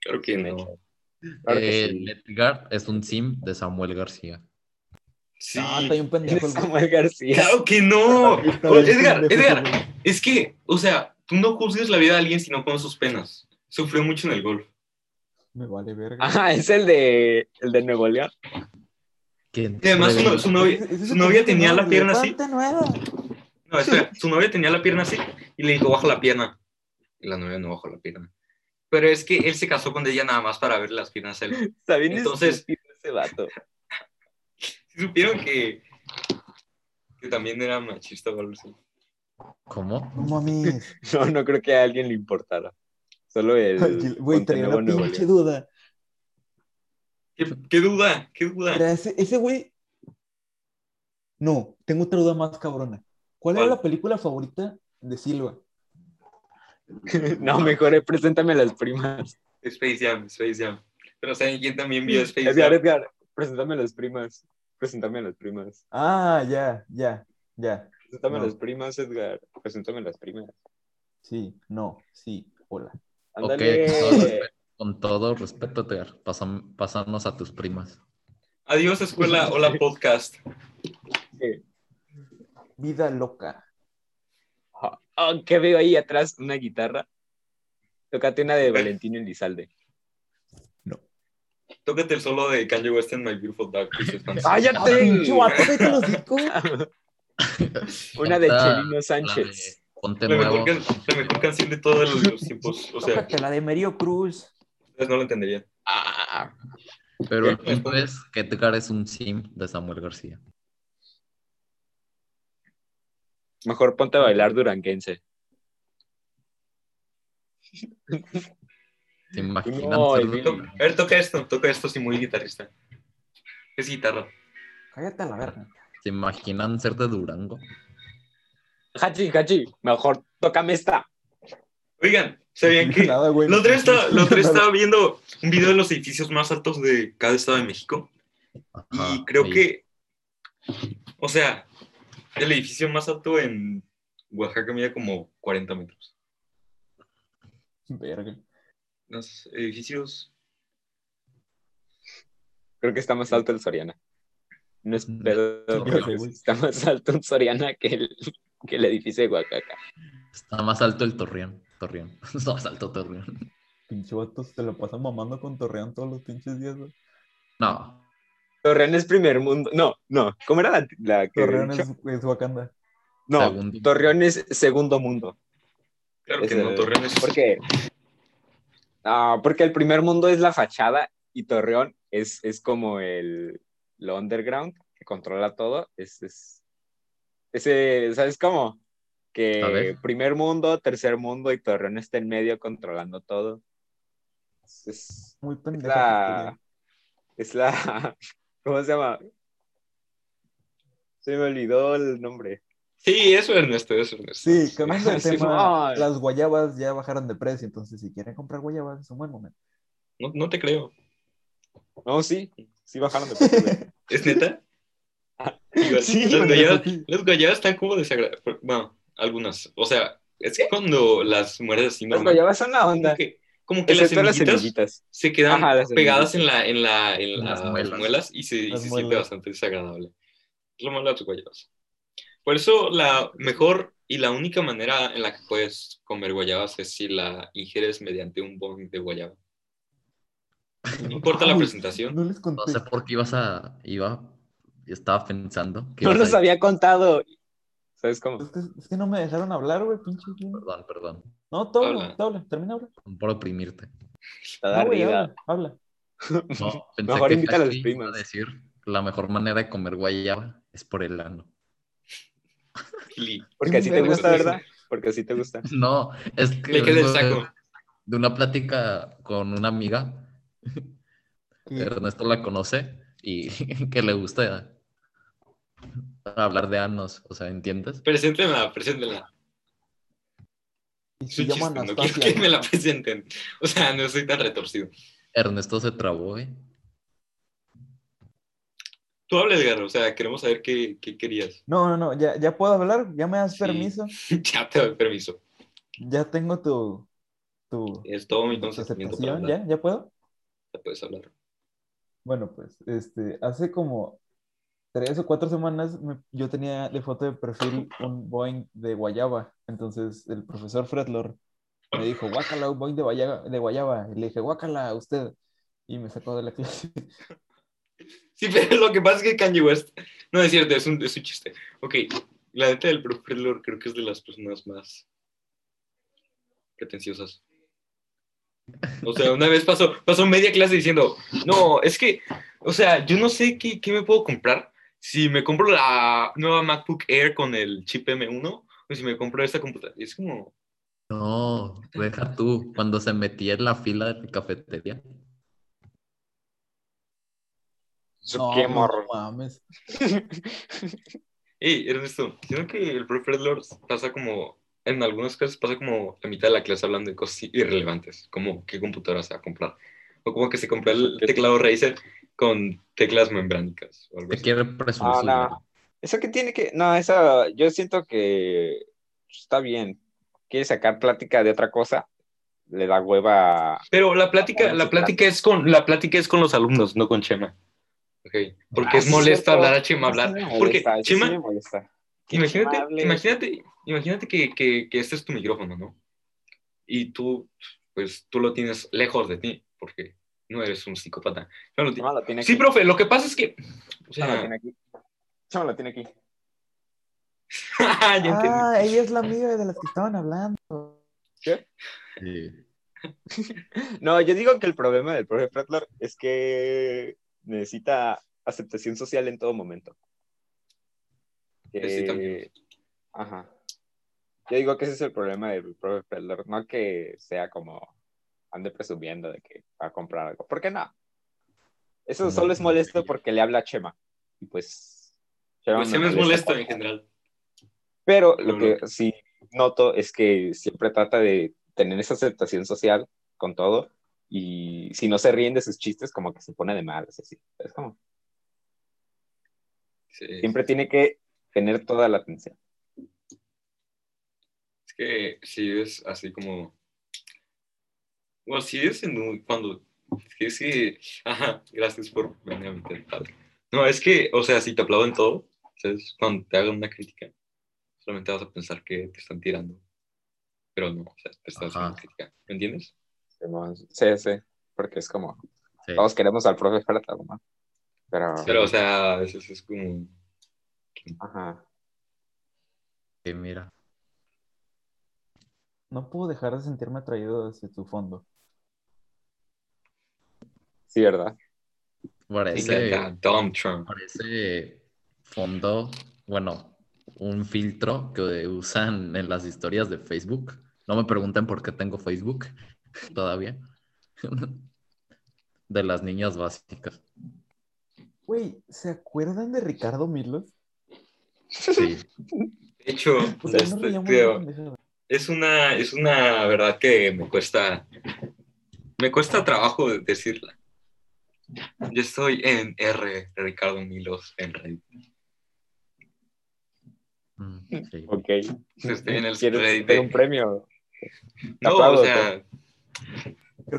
Speaker 4: Claro que
Speaker 2: De
Speaker 4: no.
Speaker 2: hecho. Claro que
Speaker 3: Eh,
Speaker 2: sí.
Speaker 3: Edgar es un sim de Samuel García.
Speaker 4: Sí.
Speaker 5: Ah, está bien
Speaker 2: ¿Quién
Speaker 5: pendejo.
Speaker 2: es
Speaker 5: el güey.
Speaker 2: Samuel García.
Speaker 4: Claro que no.
Speaker 5: Está
Speaker 4: Oh,
Speaker 5: bien
Speaker 4: Edgar,
Speaker 5: pendejo,
Speaker 4: Edgar,
Speaker 5: güey.
Speaker 4: es que, o sea, tú no juzgues la vida de alguien si no conoces sus penas. Sufrió mucho en el golf.
Speaker 5: Me vale verga.
Speaker 2: Ah, es el de, el de Nuevo León.
Speaker 3: ¿Quién?
Speaker 4: Y además, su, su novia,
Speaker 5: Ese- ese es
Speaker 4: su
Speaker 5: el
Speaker 4: novia
Speaker 5: pendejo
Speaker 4: tenía
Speaker 5: nuevo,
Speaker 4: la pierna así.
Speaker 5: levante nueva.
Speaker 4: No, espera, su novia tenía la pierna así y le dijo, baja la pierna. Y la novia no bajó la pierna. Pero es que él se casó con ella nada más para ver las piernas. a Él.
Speaker 2: Está bien
Speaker 4: Entonces-
Speaker 2: estúpido ese vato.
Speaker 4: ¿Sí supieron que, que también era machista o algo así?
Speaker 5: No
Speaker 3: ¿Cómo?
Speaker 5: mames.
Speaker 2: No, no creo que a alguien le importara. Solo
Speaker 5: Al chile,
Speaker 2: el.
Speaker 5: Güey,
Speaker 2: Ponte
Speaker 5: traía
Speaker 2: Nuevo
Speaker 5: una
Speaker 2: Nuevo
Speaker 5: pinche
Speaker 2: León.
Speaker 5: duda.
Speaker 4: ¿Qué, qué duda? ¿Qué duda?
Speaker 5: Era ese, ese güey. No, tengo otra duda más cabrona. ¿Cuál era
Speaker 4: ¿Cuál?
Speaker 5: la película favorita de Silva?
Speaker 2: No, mejor eh, preséntame a las primas.
Speaker 4: Space Jam, Space Jam. Pero ¿saben quién también vio Space
Speaker 2: Edgar,
Speaker 4: Jam?
Speaker 2: Edgar, preséntame a las primas. Preséntame a las primas.
Speaker 5: Ah, ya, ya, ya.
Speaker 2: Preséntame a
Speaker 5: No.
Speaker 2: las primas, Edgar. Preséntame a las primas.
Speaker 5: Sí, no, sí, hola.
Speaker 2: Ándale.
Speaker 3: Ok, con todo respeto, con todo respeto, Edgar, pasam- pasarnos a tus primas.
Speaker 4: Adiós escuela, hola podcast.
Speaker 5: Vida loca.
Speaker 2: Ah, ah, ¿Qué veo ahí atrás? Una guitarra. Tócate una de Valentino Elizalde.
Speaker 4: Tócate el solo de Kanye West en My Beautiful Dark Twisted Fantasy.
Speaker 2: ¡Cállate!
Speaker 5: Ah, pinche vato, cállate los discos.
Speaker 2: Una de
Speaker 3: Esta,
Speaker 2: Chelino
Speaker 3: La de
Speaker 2: Sánchez.
Speaker 3: Ponte
Speaker 4: La mejor,
Speaker 3: Nuevo.
Speaker 4: can- la mejor canción de todos los, los tiempos. O sea,
Speaker 5: Tócate la de Merio Cruz.
Speaker 4: ustedes no lo entenderían.
Speaker 2: Ah,
Speaker 3: Pero el
Speaker 4: ¿Qué?
Speaker 3: punto es que Edgar es un sim de Samuel García.
Speaker 2: mejor ponte a bailar duranguense.
Speaker 3: ¿Se imaginan?
Speaker 2: No, el
Speaker 3: ser-
Speaker 2: Billy.
Speaker 4: To- A ver, toca esto, toca esto, sí, muy guitarrista. Es guitarra.
Speaker 5: Cállate a la verga.
Speaker 3: ¿Se imaginan ser de Durango?
Speaker 2: Hachi, Hachi, mejor tócame esta.
Speaker 4: Oigan, ¿sabían que
Speaker 5: Nada, güey.
Speaker 4: Los tres estaba, la otra
Speaker 5: Nada.
Speaker 4: estaba viendo un video de los edificios más altos de cada estado de México
Speaker 3: Ajá,
Speaker 4: y creo
Speaker 3: ahí.
Speaker 4: que, o sea, el edificio más alto en Oaxaca mide como 40 metros.
Speaker 5: Verga.
Speaker 4: Los edificios,
Speaker 2: Creo que está más alto el Soriana. No
Speaker 3: Mm,
Speaker 2: es pedo, pero
Speaker 5: güey.
Speaker 2: está más alto un Soriana que el, que el edificio de Oaxaca.
Speaker 3: Está más alto el Torreón. Torreón. Está más alto Torreón.
Speaker 5: Pinche vato se lo pasa mamando con Torreón todos los pinches días, güey.
Speaker 3: No.
Speaker 2: Torreón es primer mundo. No, no. ¿Cómo era la, la que
Speaker 5: Torreón
Speaker 2: había
Speaker 5: es,
Speaker 2: dicho?
Speaker 5: es Wakanda.
Speaker 2: No,
Speaker 3: Segundo.
Speaker 2: Torreón es segundo mundo.
Speaker 4: claro
Speaker 2: Es
Speaker 4: que no,
Speaker 2: el-
Speaker 4: Torreón es...
Speaker 2: Porque, ah, porque el primer mundo es la fachada y Torreón es, es como el lo underground que controla todo. Es, es, ese, ¿sabes cómo?
Speaker 3: A
Speaker 2: Que
Speaker 3: ver.
Speaker 2: primer mundo, tercer mundo y Torreón está en medio controlando todo. Es, es-
Speaker 5: Muy
Speaker 2: es
Speaker 5: pendeja.
Speaker 2: la. Es la. ¿Cómo se llama? Se me olvidó el nombre.
Speaker 4: Sí, eso Ernesto, eso Ernesto.
Speaker 5: Sí, cambiando el
Speaker 2: Sí,
Speaker 5: tema,
Speaker 2: no.
Speaker 5: las guayabas ya bajaron de precio, entonces si quieren comprar guayabas es un buen momento.
Speaker 4: No, no te creo.
Speaker 2: No, sí. Sí bajaron de precio.
Speaker 4: ¿Es neta? Igual,
Speaker 2: Sí,
Speaker 4: las,
Speaker 2: bueno,
Speaker 4: galladas, las galladas están como desagradables. Bueno, algunas. O sea, es que cuando las mueres así
Speaker 2: Las
Speaker 4: normal,
Speaker 2: guayabas son la onda.
Speaker 4: como que, como que las
Speaker 2: Excepto las
Speaker 4: semillitas
Speaker 2: semillitas.
Speaker 4: se quedan
Speaker 2: Ajá, las
Speaker 4: pegadas en la, en la, en
Speaker 3: Las
Speaker 4: las
Speaker 3: muelas.
Speaker 4: muelas, y se, y
Speaker 5: Las
Speaker 4: se siente
Speaker 5: muelas.
Speaker 4: bastante desagradable. Es lo malo de los guayabas. Por eso la mejor y la única manera en la que puedes comer guayabas es si la ingieres mediante un bong de guayaba. No importa la
Speaker 5: Ay,
Speaker 4: presentación.
Speaker 5: No les conté.
Speaker 3: No sé por qué ibas a. Iba. Estaba pensando. Que
Speaker 2: No
Speaker 3: ibas
Speaker 2: los
Speaker 3: a-
Speaker 2: había contado. ¿Sabes cómo?
Speaker 5: Es que, es que no me dejaron hablar, güey, pinche. güey.
Speaker 3: Perdón, perdón.
Speaker 5: No, tú habla,
Speaker 4: Habla.
Speaker 5: tú habla, termina de hablar.
Speaker 3: Por oprimirte.
Speaker 2: Está
Speaker 5: No, güey,
Speaker 2: arriba.
Speaker 5: habla, habla.
Speaker 3: No, pensé
Speaker 2: Mejor
Speaker 3: que
Speaker 2: invita a las
Speaker 3: Hashi iba
Speaker 2: primas.
Speaker 3: a decir la mejor manera de comer guayaba es por el ano.
Speaker 4: Y
Speaker 2: Porque así te
Speaker 5: Verga,
Speaker 2: gusta,
Speaker 5: sí.
Speaker 2: ¿verdad? Porque así te gusta.
Speaker 3: No, es que
Speaker 4: le queda el
Speaker 3: vengo de-
Speaker 4: saco.
Speaker 3: de una plática con una amiga,
Speaker 5: Y-
Speaker 3: Ernesto la conoce y que le gusta hablar de anos, o sea, ¿entiendes?
Speaker 4: Preséntenla, preséntenla.
Speaker 5: y
Speaker 4: Es un
Speaker 5: se llama
Speaker 4: chiste, no quiero
Speaker 5: Anastasia.
Speaker 4: que me la presenten. O sea, no soy tan retorcido.
Speaker 3: Ernesto se trabó, ¿eh?
Speaker 4: Tú habla, Edgar. O sea, queremos saber qué, qué querías.
Speaker 5: No, no, no, ya, ya puedo hablar, ya me das
Speaker 4: Sí.
Speaker 5: permiso,
Speaker 4: ya te doy permiso.
Speaker 5: ya tengo tu, tu,
Speaker 4: Es todo Eh, mi
Speaker 5: tu
Speaker 4: consentimiento para
Speaker 5: aceptación,
Speaker 4: hablar.
Speaker 5: ¿ya? ¿Ya puedo?
Speaker 4: Ya puedes hablar.
Speaker 5: Bueno, pues, este, hace como tres o cuatro semanas me- yo tenía de foto de perfil un Boeing de Guayaba. Entonces el profesor Fredlor me dijo, guácala, un Boeing de Guayaba, de Guayaba. Y le dije, guácala, usted. Y me sacó de la clase.
Speaker 4: Sí, pero lo que pasa es que Kanye West. No es cierto, es un, es un chiste. Ok, la neta del profe Lord creo que es de las personas más pretenciosas. O sea, una vez pasó, pasó media clase diciendo: No, es que, o sea, yo no sé qué, qué me puedo comprar. Si me compro la nueva MacBook Air con el chip M1, o si me compro esta computadora. Es como.
Speaker 3: No, deja tú, cuando se metía en la fila de la cafetería.
Speaker 5: No,
Speaker 2: qué
Speaker 5: no
Speaker 2: morro.
Speaker 5: mames.
Speaker 4: Hey, Ernesto, creo que el profe Lord pasa como, en algunas clases pasa como la mitad de la clase hablando de cosas irrelevantes, como qué computadora se va a comprar, o como que se compró el teclado Razer con teclas membránicas o algo
Speaker 3: Te
Speaker 4: así.
Speaker 3: quiere presumir
Speaker 2: Ah,
Speaker 3: su
Speaker 2: no. Eso que tiene que. No, eso. Yo siento que está bien. Quiere sacar plática de otra cosa. Le da hueva.
Speaker 4: Pero la plática, la plática es con, la plática es con los alumnos, no con Chema. Okay. Porque
Speaker 2: Ah,
Speaker 4: es
Speaker 2: sí,
Speaker 4: molesto
Speaker 2: cierto.
Speaker 4: hablar a Chema,
Speaker 2: Sí
Speaker 4: hablar,
Speaker 2: me
Speaker 4: porque
Speaker 2: molesta, eso sí
Speaker 4: Chema,
Speaker 2: me molesta. Que
Speaker 4: Imagínate,
Speaker 2: Chema hable.
Speaker 4: imagínate, imagínate que, que- que este es tu micrófono, ¿no? Y tú, pues, tú lo tienes lejos de ti, porque no eres un psicópata. No lo ti-
Speaker 2: Chema lo tiene aquí.
Speaker 4: sí, profe, lo que pasa es que... O
Speaker 2: Chema lo
Speaker 3: Ah.
Speaker 4: sea,
Speaker 2: tiene aquí. Chema lo tiene aquí.
Speaker 4: ya entendí.
Speaker 5: Ah, ella es la amiga de las que estaban hablando.
Speaker 3: madre.
Speaker 2: No, yo digo que el problema del profe Fretler es que necesita aceptación social en todo momento. Eh,
Speaker 4: Necesita amigos.
Speaker 2: Ajá. Yo digo que ese es el problema del profe Fretler, no que sea como ande presumiendo de que va a comprar algo. ¿Por qué no? Eso
Speaker 1: No,
Speaker 2: solo es
Speaker 1: no
Speaker 2: molesto
Speaker 1: creo.
Speaker 2: porque le habla a Chema. Y pues. Chema
Speaker 4: Pues
Speaker 2: me
Speaker 4: se me es
Speaker 2: molesta
Speaker 4: molesto en
Speaker 2: cuando-
Speaker 4: general.
Speaker 2: Pero lo
Speaker 4: No,
Speaker 2: que
Speaker 4: no.
Speaker 2: sí noto es que siempre trata de tener esa aceptación social con todo. Y si no se ríen de sus chistes, como que se pone de malas. Así. Es como,
Speaker 4: Sí,
Speaker 2: siempre tiene que tener toda la atención.
Speaker 4: Es que sí es así como. Bueno, sí es en un- cuando. Es que sí. Ajá, gracias por venir a mi tentar. No, es que, o sea, si te aplauden todo, ¿sabes? Cuando te hagan una crítica, solamente vas a pensar que te están tirando. Pero no, o sea, te están
Speaker 3: Ajá.
Speaker 4: haciendo crítica. ¿Me entiendes?
Speaker 2: Sí, sí. Porque es como,
Speaker 3: Sí.
Speaker 2: todos queremos al profe Ferta, ¿no? Pero,
Speaker 4: Pero, o sea, a veces es como.
Speaker 2: ajá.
Speaker 3: Sí, mira.
Speaker 5: No puedo dejar de sentirme atraído hacia tu fondo.
Speaker 2: Sí, ¿verdad?
Speaker 3: Parece,
Speaker 4: Ese... Donald Trump.
Speaker 3: parece fondo, bueno, un filtro que usan en las historias de Facebook. No me pregunten por qué tengo Facebook todavía. De las niñas básicas.
Speaker 5: Güey, ¿se acuerdan de Ricardo Milos?
Speaker 3: Sí.
Speaker 4: De hecho,
Speaker 5: O sea, Pues, no
Speaker 4: este,
Speaker 5: reíamos de
Speaker 4: creo-
Speaker 5: pendejada.
Speaker 4: es una, es una verdad que me cuesta, me cuesta trabajo decirla. Yo estoy en R, Ricardo Milos, en Reddit.
Speaker 3: Mm, sí.
Speaker 2: Ok.
Speaker 4: Estoy en el
Speaker 2: ¿Quieres
Speaker 4: Reddit.
Speaker 2: tener
Speaker 4: de-
Speaker 2: un premio?
Speaker 4: No,
Speaker 2: Aplaudo,
Speaker 4: o sea,
Speaker 5: Creo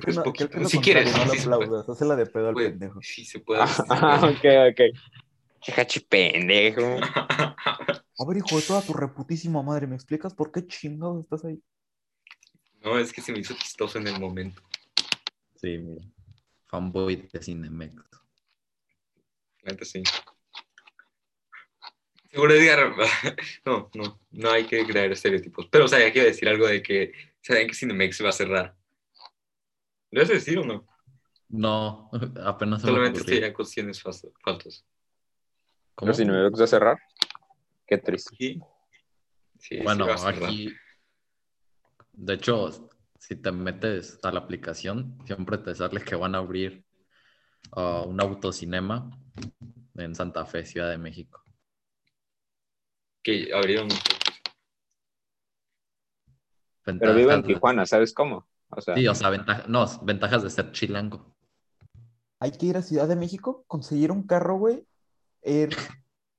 Speaker 5: que
Speaker 4: pues
Speaker 5: no, creo
Speaker 4: poquito.
Speaker 5: que lo
Speaker 4: Si quieres,
Speaker 5: contrario, no
Speaker 4: sí
Speaker 5: lo
Speaker 4: se puede.
Speaker 5: aplaudas, hazla de pedo al
Speaker 4: güey,
Speaker 5: pendejo.
Speaker 4: sí pues, se puede.
Speaker 2: Ah, ok, ok. Chachi pendejo.
Speaker 5: A ver, hijo de toda tu reputísima madre, ¿me explicas por qué chingado estás ahí?
Speaker 4: No, es que se me hizo chistoso en el momento.
Speaker 3: Sí, mira. Fanboy de Cinemex.
Speaker 4: Neta, sí. Seguro Edgar. No, no, no hay que crear estereotipos. Pero, o sea, hay que decir algo de que. ¿Saben que Cinemex va a cerrar? ¿Lo vas a decir o no?
Speaker 3: No, apenas se me
Speaker 4: Solamente
Speaker 3: ocurrió.
Speaker 4: sería cuestiones fas- faltas.
Speaker 3: ¿Cómo?
Speaker 2: si no me gusta cerrar, qué triste.
Speaker 4: Sí. Sí,
Speaker 3: Bueno,
Speaker 4: sí va a cerrar.
Speaker 3: aquí, de hecho, si te metes a la aplicación, siempre te sale que van a abrir ah, un autocinema en Santa Fe, Ciudad de México.
Speaker 4: Que abrieron.
Speaker 2: Pero vivo en
Speaker 3: Ventajas de-
Speaker 2: Tijuana, ¿sabes cómo? O sea,
Speaker 3: Sí, o sea, ventaja- no, ventajas de ser chilango.
Speaker 5: Hay que ir a Ciudad de México, conseguir un carro, güey, ir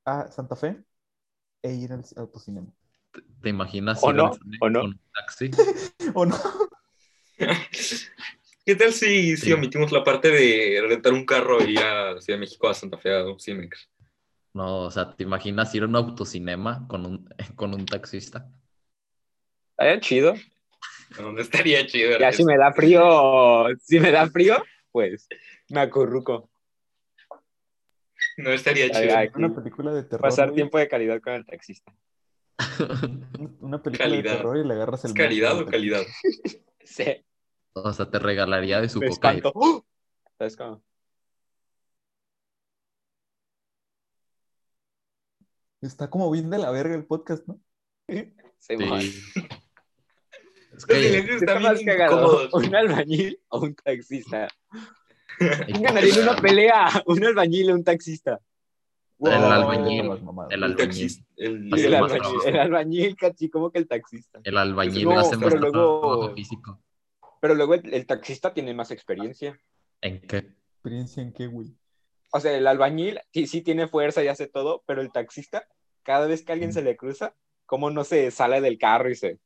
Speaker 5: a Santa Fe e ir al autocinema.
Speaker 3: ¿Te imaginas
Speaker 2: ¿O
Speaker 3: ir
Speaker 2: no?
Speaker 3: en Santa Fe
Speaker 2: ¿O no?
Speaker 3: con un taxi?
Speaker 5: ¿O no?
Speaker 4: ¿Qué tal si, si
Speaker 3: Sí.
Speaker 4: omitimos la parte de rentar un carro y ir a Ciudad de México a Santa Fe a un Cinemex?
Speaker 3: No, o sea, ¿te imaginas ir a un autocinema con un, con un taxista?
Speaker 2: estaría chido.
Speaker 4: No, no estaría chido.
Speaker 2: Ya
Speaker 4: ¿verdad?
Speaker 2: si me da frío, si me da frío, pues me acurruco.
Speaker 4: No estaría
Speaker 2: Ay,
Speaker 4: chido.
Speaker 2: ay.
Speaker 5: Una película de terror.
Speaker 2: Pasar
Speaker 5: güey.
Speaker 2: tiempo de calidad con el taxista.
Speaker 5: Una película
Speaker 4: Calidad.
Speaker 5: de terror y le agarras el
Speaker 4: ¿Es calidad o
Speaker 5: miedo.
Speaker 4: calidad?
Speaker 2: Sí,
Speaker 3: O sea, te regalaría de su
Speaker 2: me
Speaker 3: coca. y-
Speaker 2: espanto. ¡Oh! ¿Sabes cómo?
Speaker 5: Está como bien de la verga el podcast, ¿no?
Speaker 2: Sí, mon.
Speaker 3: Sí.
Speaker 4: Los
Speaker 3: Es que
Speaker 4: Cinemex
Speaker 2: Está
Speaker 4: están
Speaker 2: más
Speaker 4: bien
Speaker 2: cagado
Speaker 4: incómodos.
Speaker 2: un albañil o un taxista.
Speaker 3: hay
Speaker 2: ¿Quién
Speaker 3: que
Speaker 2: ganaría en
Speaker 3: ver
Speaker 2: una pelea? ¿Un albañil o un taxista?
Speaker 3: El
Speaker 5: Wow.
Speaker 3: albañil,
Speaker 5: Las mamadas.
Speaker 3: el
Speaker 4: El
Speaker 3: albañil.
Speaker 4: taxista, el-
Speaker 3: Hace
Speaker 2: El
Speaker 3: más
Speaker 2: albañil,
Speaker 3: trabajo.
Speaker 2: el albañil, cachi, como que el taxista.
Speaker 3: El albañil
Speaker 2: No,
Speaker 3: hace más
Speaker 2: pero luego-
Speaker 3: trabajo físico.
Speaker 2: Pero luego el, el taxista tiene más experiencia.
Speaker 3: ¿En qué?
Speaker 5: ¿Experiencia en qué, güey?
Speaker 2: O sea, el albañil sí, sí tiene fuerza y hace todo, pero el taxista, cada vez que alguien se le cruza, como no se sale del carro y se...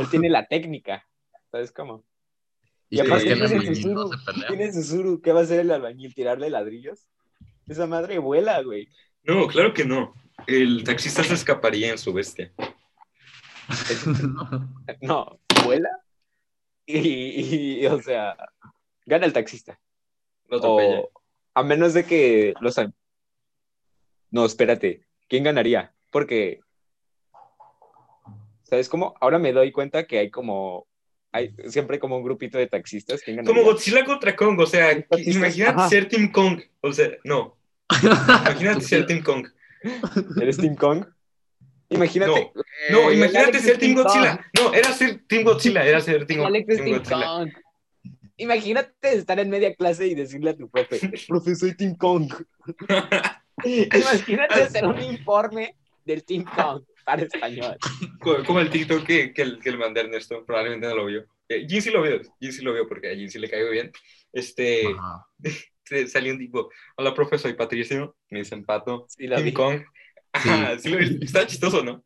Speaker 2: Él tiene la técnica, ¿sabes cómo? Y
Speaker 3: ¿Y crees
Speaker 2: aparte
Speaker 3: que el
Speaker 2: tiene
Speaker 3: albañil no
Speaker 2: susurro,
Speaker 3: se pelea?
Speaker 2: Tiene Susuru, ¿qué va a hacer el albañil? ¿Tirarle ladrillos? Esa madre vuela, güey.
Speaker 4: No, claro que no. El taxista se escaparía en su bestia.
Speaker 3: No.
Speaker 2: No, vuela. Y, y, o sea, gana el taxista.
Speaker 4: Lo atropella.
Speaker 2: O, a menos de que los... al- No, espérate. ¿Quién ganaría? Porque... ¿Sabes cómo? Ahora me doy cuenta que hay como... Hay siempre como un grupito de taxistas. ¿Quién ganaría?
Speaker 4: Como Godzilla contra Kong, o sea, que-
Speaker 2: Taxistas,
Speaker 4: imagínate
Speaker 2: ajá.
Speaker 4: ser Team Kong. O sea, no, imagínate ser Team Kong.
Speaker 2: ¿Eres Team Kong? Imagínate.
Speaker 4: No,
Speaker 2: Eh,
Speaker 4: imagínate
Speaker 2: Alex
Speaker 4: ser
Speaker 2: es
Speaker 4: Team
Speaker 2: Kong.
Speaker 4: Godzilla. No, era ser Team Godzilla, era ser Team,
Speaker 2: Alex es
Speaker 4: Team
Speaker 2: Team
Speaker 4: Godzilla.
Speaker 2: Kong.
Speaker 6: Imagínate estar en media clase y decirle a tu profe,
Speaker 2: Profe, soy Tim Kong.
Speaker 6: imagínate hacer un informe del Team Kong para español.
Speaker 4: Co- Como el TikTok que, que, el- que le mandé a Ernesto, probablemente no lo vio. Eh, Jin sí lo veo, Jin sí lo veo porque a Jin sí le caigo bien. Este,
Speaker 3: Ajá.
Speaker 4: se- salió un tipo, hola profe, soy Patricio, me dicen Pato,
Speaker 6: Sí, lo
Speaker 4: Tim
Speaker 6: vi.
Speaker 4: Kong. Ajá, sí lo vi. Está chistoso, ¿no?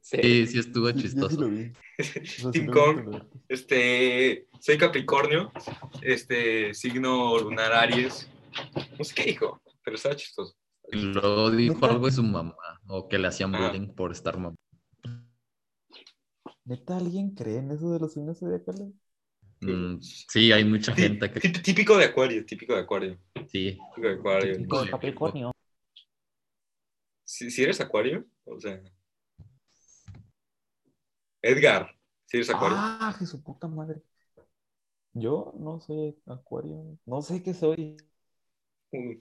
Speaker 6: Sí.
Speaker 3: Sí, sí estuvo
Speaker 5: Yo- Yo sí
Speaker 3: chistoso.
Speaker 5: lo vi. O sea, sí
Speaker 4: Tim
Speaker 5: lo vi,
Speaker 4: Kong.
Speaker 5: pero-
Speaker 4: Este, soy Capricornio, este, signo lunar Aries. No sé qué dijo, pero estaba chistoso.
Speaker 3: Y luego dijo algo de su mamá, o que le hacían
Speaker 4: Ajá.
Speaker 3: bullying por estar mamá.
Speaker 5: ¿Neta alguien cree en eso de los signos zodiacales?
Speaker 3: Mm, sí, hay mucha
Speaker 4: Tí-
Speaker 3: gente que
Speaker 4: tí- Típico de Acuario, típico de Acuario.
Speaker 3: sí.
Speaker 4: Típico de Acuario.
Speaker 1: Típico de Capricornio.
Speaker 4: Si, si eres Acuario, o sea. Edgar, si eres Acuario.
Speaker 5: Ah, Jesús puta madre. Yo no soy acuario. No sé qué soy.
Speaker 4: Uy,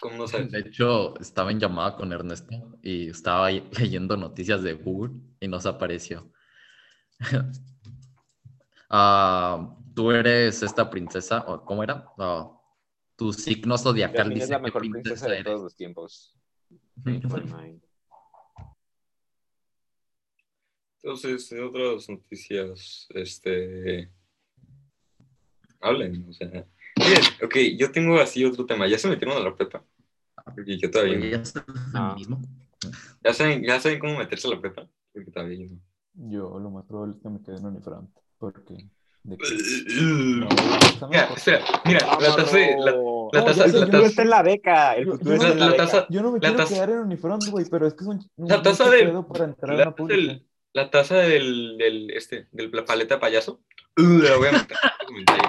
Speaker 4: ¿Cómo no sabes?
Speaker 3: De hecho, estaba en llamada con Ernesto y estaba ahí leyendo noticias de Google y nos apareció. Ah, tú eres esta princesa, o ¿cómo era? Ah, tu signo zodiacal
Speaker 2: Jasmine es
Speaker 3: dice
Speaker 2: la
Speaker 3: qué
Speaker 2: mejor princesa de
Speaker 3: eres. Pues,
Speaker 2: todos los tiempos.
Speaker 6: pues,
Speaker 4: Entonces, de otras noticias, este. Hablen, o sea. Bien, ok, yo tengo así otro tema. Ya se metieron a la prepa. Porque yo todavía.
Speaker 3: Oye,
Speaker 4: no.
Speaker 3: ¿ya es
Speaker 2: Ah.
Speaker 3: feminismo?
Speaker 4: Ya saben, ya saben cómo meterse a la prepa. Porque todavía yo no.
Speaker 5: Yo lo más probable es que me quede en Unifram. Porque. ¿De qué?
Speaker 4: Eh,
Speaker 5: No,
Speaker 4: Mira,
Speaker 5: examen por-
Speaker 4: espera, mira, la tasa de. La,
Speaker 6: Vámonos.
Speaker 4: la
Speaker 5: No,
Speaker 4: tasa.
Speaker 5: ya sé,
Speaker 4: La
Speaker 5: yo
Speaker 6: Tú
Speaker 5: no
Speaker 4: tasa-
Speaker 6: estás en la beca, el
Speaker 5: Yo-
Speaker 6: futuro
Speaker 5: yo
Speaker 6: está
Speaker 4: la-
Speaker 6: en la
Speaker 4: la
Speaker 6: beca.
Speaker 4: tasa.
Speaker 5: Yo no me
Speaker 4: La
Speaker 5: quiero
Speaker 4: tasa-
Speaker 5: quedar en Unifram, güey, pero es que es un. un-
Speaker 4: La
Speaker 5: un
Speaker 4: tasa de-
Speaker 5: pedo para entrar a
Speaker 4: La
Speaker 5: una
Speaker 4: taza
Speaker 5: pública.
Speaker 4: del, la taza del, del este, del- la paleta payaso. Uh, la voy a meter.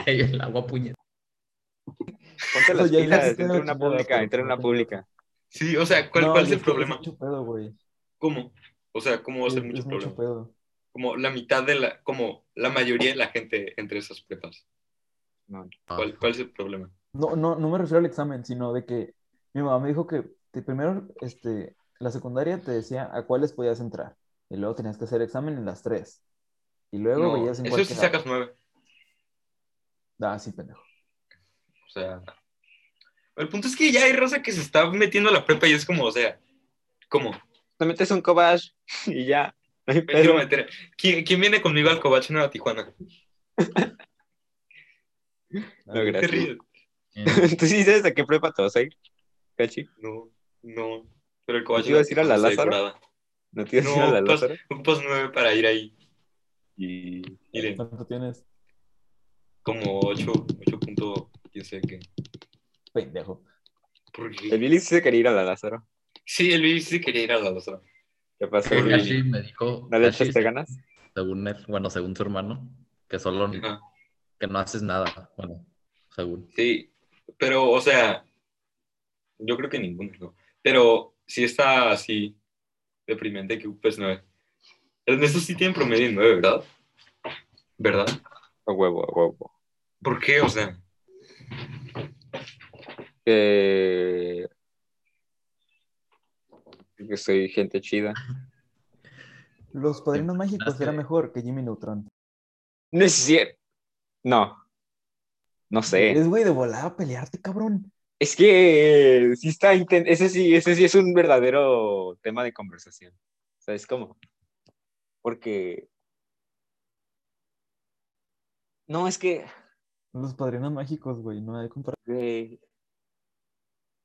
Speaker 3: Ey, El agua puñet.
Speaker 2: Ponte las
Speaker 5: Oye, ya
Speaker 2: pilas,
Speaker 5: se
Speaker 2: entra
Speaker 5: queda
Speaker 2: en una
Speaker 5: chingada,
Speaker 2: pública,
Speaker 5: pero-
Speaker 2: entra en una pública.
Speaker 4: Sí, o sea, ¿cuál, cuál es
Speaker 5: y
Speaker 4: el
Speaker 5: que
Speaker 4: problema?
Speaker 5: Es mucho pedo, güey.
Speaker 4: ¿Cómo? O sea, ¿cómo va a
Speaker 5: Es,
Speaker 4: ser
Speaker 5: es
Speaker 4: mucho problema?
Speaker 5: mucho pedo.
Speaker 4: Como la mitad de la, como la mayoría de la gente entre esas prepas.
Speaker 3: Ah,
Speaker 4: ¿Cuál, cuál es el problema?
Speaker 5: No, no, no me refiero al examen, sino de que mi mamá me dijo que te- primero este, la secundaria te decía a cuáles podías entrar. Y luego tenías que hacer examen en las tres. Y luego
Speaker 4: No,
Speaker 5: veías en
Speaker 4: eso
Speaker 5: cuál
Speaker 4: sí
Speaker 5: quedaba.
Speaker 4: sacas nueve.
Speaker 5: Ah, sí, pendejo.
Speaker 4: O sea, el punto es que ya hay raza que se está metiendo a la prepa y es como, o sea, ¿cómo?
Speaker 6: Te metes un cobach y ya. No hay
Speaker 4: Me quiero
Speaker 6: pedo.
Speaker 4: meter. ¿Quién, quién viene conmigo al Cobach a Tijuana?
Speaker 2: No,
Speaker 4: ¿Te
Speaker 2: gracias.
Speaker 4: ríes?
Speaker 6: ¿Tú sí sabes a qué prepa te vas a ir? Cachi,
Speaker 4: No, no. Pero el
Speaker 2: ¿Te
Speaker 4: Cobach
Speaker 2: iba a decir a la
Speaker 4: está
Speaker 2: Lázaro?
Speaker 4: decorada.
Speaker 2: ¿No tienes
Speaker 4: No,
Speaker 2: ir a la
Speaker 4: pues-
Speaker 2: Lázaro?
Speaker 4: Ocupas nueve para ir ahí.
Speaker 2: Y...
Speaker 4: Miren,
Speaker 5: ¿Cuánto tienes?
Speaker 4: como 8, 8.15 que.
Speaker 5: Pendejo.
Speaker 4: ¿Por qué?
Speaker 2: El Billy sí se quería ir a la Lázaro.
Speaker 4: Sí, el Billy sí quería ir a la Lázaro.
Speaker 2: ¿Qué pasó,
Speaker 4: Porque
Speaker 2: Billy?
Speaker 3: Kashi me dijo,
Speaker 2: ¿No le
Speaker 3: Kashi,
Speaker 2: echaste ganas?
Speaker 3: según él, bueno, según su hermano, que solo
Speaker 4: Ajá.
Speaker 3: que no haces nada, bueno, según.
Speaker 4: Sí, pero, o sea, yo creo que ninguno, ¿no? Pero sí está así deprimente que ocupes 9. Ernesto sí tiene promedio en 9, ¿verdad? ¿Verdad?
Speaker 2: A huevo, a huevo.
Speaker 4: ¿Por qué? O sea,
Speaker 2: Eh... Que soy gente chida.
Speaker 5: Los padrinos mágicos
Speaker 3: ganaste.
Speaker 5: era mejor que Jimmy Neutron.
Speaker 2: No es cierto. No. No sé.
Speaker 5: Es güey de volada a pelearte, cabrón.
Speaker 2: Es que sí está inten- ese sí, ese sí es un verdadero tema de conversación. ¿Sabes cómo? Porque no es que
Speaker 5: Los padrinos mágicos, güey, no hay comparación.
Speaker 2: güey. eh,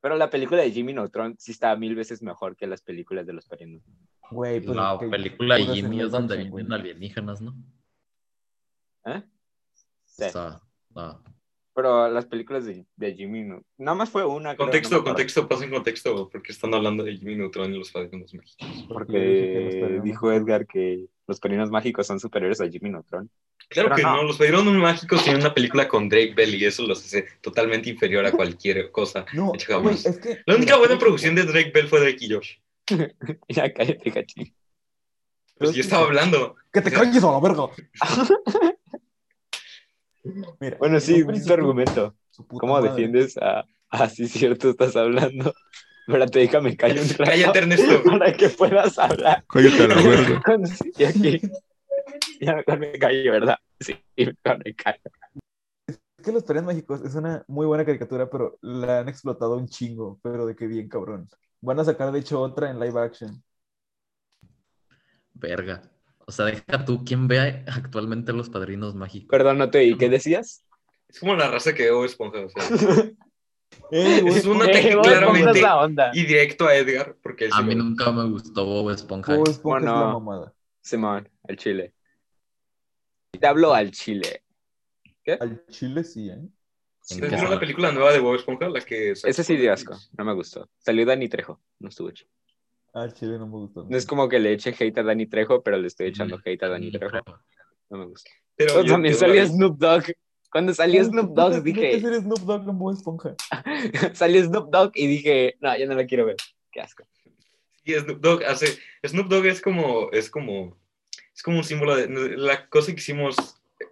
Speaker 2: pero la película de Jimmy Neutron sí está mil veces mejor que las películas de los padrinos.
Speaker 5: Güey, pues
Speaker 3: La
Speaker 5: es que-
Speaker 3: película de
Speaker 5: puras
Speaker 3: Jimmy
Speaker 5: en
Speaker 3: es donde
Speaker 5: live action,
Speaker 3: vienen
Speaker 5: güey.
Speaker 3: alienígenas, ¿no?
Speaker 2: ¿Eh?
Speaker 3: O sea, ah,
Speaker 2: Pero las películas de, de Jimmy no. Nada más fue una. creo,
Speaker 4: contexto,
Speaker 2: no me acuerdo,
Speaker 4: contexto, pasen contexto, porque están hablando de Jimmy Neutron y los padrinos mágicos.
Speaker 5: yo dije que los
Speaker 2: Porque
Speaker 5: padrinos
Speaker 2: dijo Edgar que los padrinos mágicos son superiores a Jimmy Neutron.
Speaker 4: Claro
Speaker 2: Pero
Speaker 4: que
Speaker 2: no.
Speaker 4: no, los padrinos mágicos tienen una película con Drake Bell y eso los hace totalmente inferior a cualquier cosa.
Speaker 5: No,
Speaker 4: Chica,
Speaker 5: güey,
Speaker 4: más.
Speaker 5: es que.
Speaker 4: La única
Speaker 5: mira,
Speaker 4: buena
Speaker 5: creo que-
Speaker 4: producción de Drake Bell fue Drake y Josh.
Speaker 2: Ya cállate, cachín.
Speaker 4: Pues
Speaker 5: Creo
Speaker 4: yo estaba
Speaker 5: que-
Speaker 4: hablando.
Speaker 5: ¡Que te calles a la verga! Mira,
Speaker 2: Bueno,
Speaker 5: el
Speaker 2: sí,
Speaker 5: hombre hizo
Speaker 2: un
Speaker 5: tu-
Speaker 2: argumento.
Speaker 5: su puta
Speaker 2: ¿Cómo
Speaker 5: madre.
Speaker 2: defiendes a así cierto estás hablando? Espérate, déjame callar un rato
Speaker 4: Cállate, Ernesto.
Speaker 2: para que puedas hablar.
Speaker 7: Cállate a la verga.
Speaker 2: Y aquí. Ya mejor me callo, ¿verdad? Sí, mejor me callo.
Speaker 5: que los Padres Mágicos es una muy buena caricatura, pero la han explotado un chingo, pero de que bien cabrón. Van a sacar, de hecho, otra en live action.
Speaker 3: Verga. O sea, deja tú, ¿quién ve actualmente los padrinos mágicos?
Speaker 2: Perdón, no te oí. ¿Qué decías?
Speaker 4: Es como la raza que veo esponja. O sea, es
Speaker 5: Es
Speaker 4: un
Speaker 5: una
Speaker 4: ataque
Speaker 6: Eh, vos pongas
Speaker 4: claramente
Speaker 6: la onda.
Speaker 4: y directo a Edgar, porque él
Speaker 3: A
Speaker 4: sí
Speaker 3: mí
Speaker 4: lo-
Speaker 3: nunca me gustó Bob Esponja.
Speaker 5: Bob Esponja es la
Speaker 2: Bueno.
Speaker 5: mamada.
Speaker 2: Simón, al chile. Te hablo al chile.
Speaker 5: Al chile sí, ¿eh?
Speaker 4: ¿Ustedes
Speaker 3: Nunca
Speaker 4: vieron
Speaker 3: se
Speaker 4: la
Speaker 3: me-
Speaker 4: película nueva de Bob Esponja? La que sacó-
Speaker 2: Ese sí dio asco. No me gustó. Salió Dani Trejo. No estuvo chido.
Speaker 5: Al chile no me gustó.
Speaker 2: No es como que le eche hate a Dani Trejo, pero le estoy echando hate a Dani Trejo. No me gusta.
Speaker 4: Pero
Speaker 2: Pero
Speaker 4: yo-
Speaker 2: también
Speaker 4: yo
Speaker 2: Pues salió
Speaker 4: la-
Speaker 2: Snoop Dogg. Cuando salió Snoop Dogg,
Speaker 5: Tiene que
Speaker 2: dije.
Speaker 5: ser Snoop Dogg en Bob Esponja.
Speaker 2: Salió Snoop Dogg y dije, no, yo no la quiero ver. Qué asco.
Speaker 4: Y Snoop Dogg hace. Snoop Dogg es como. Es como. Es como un símbolo de. La cosa que hicimos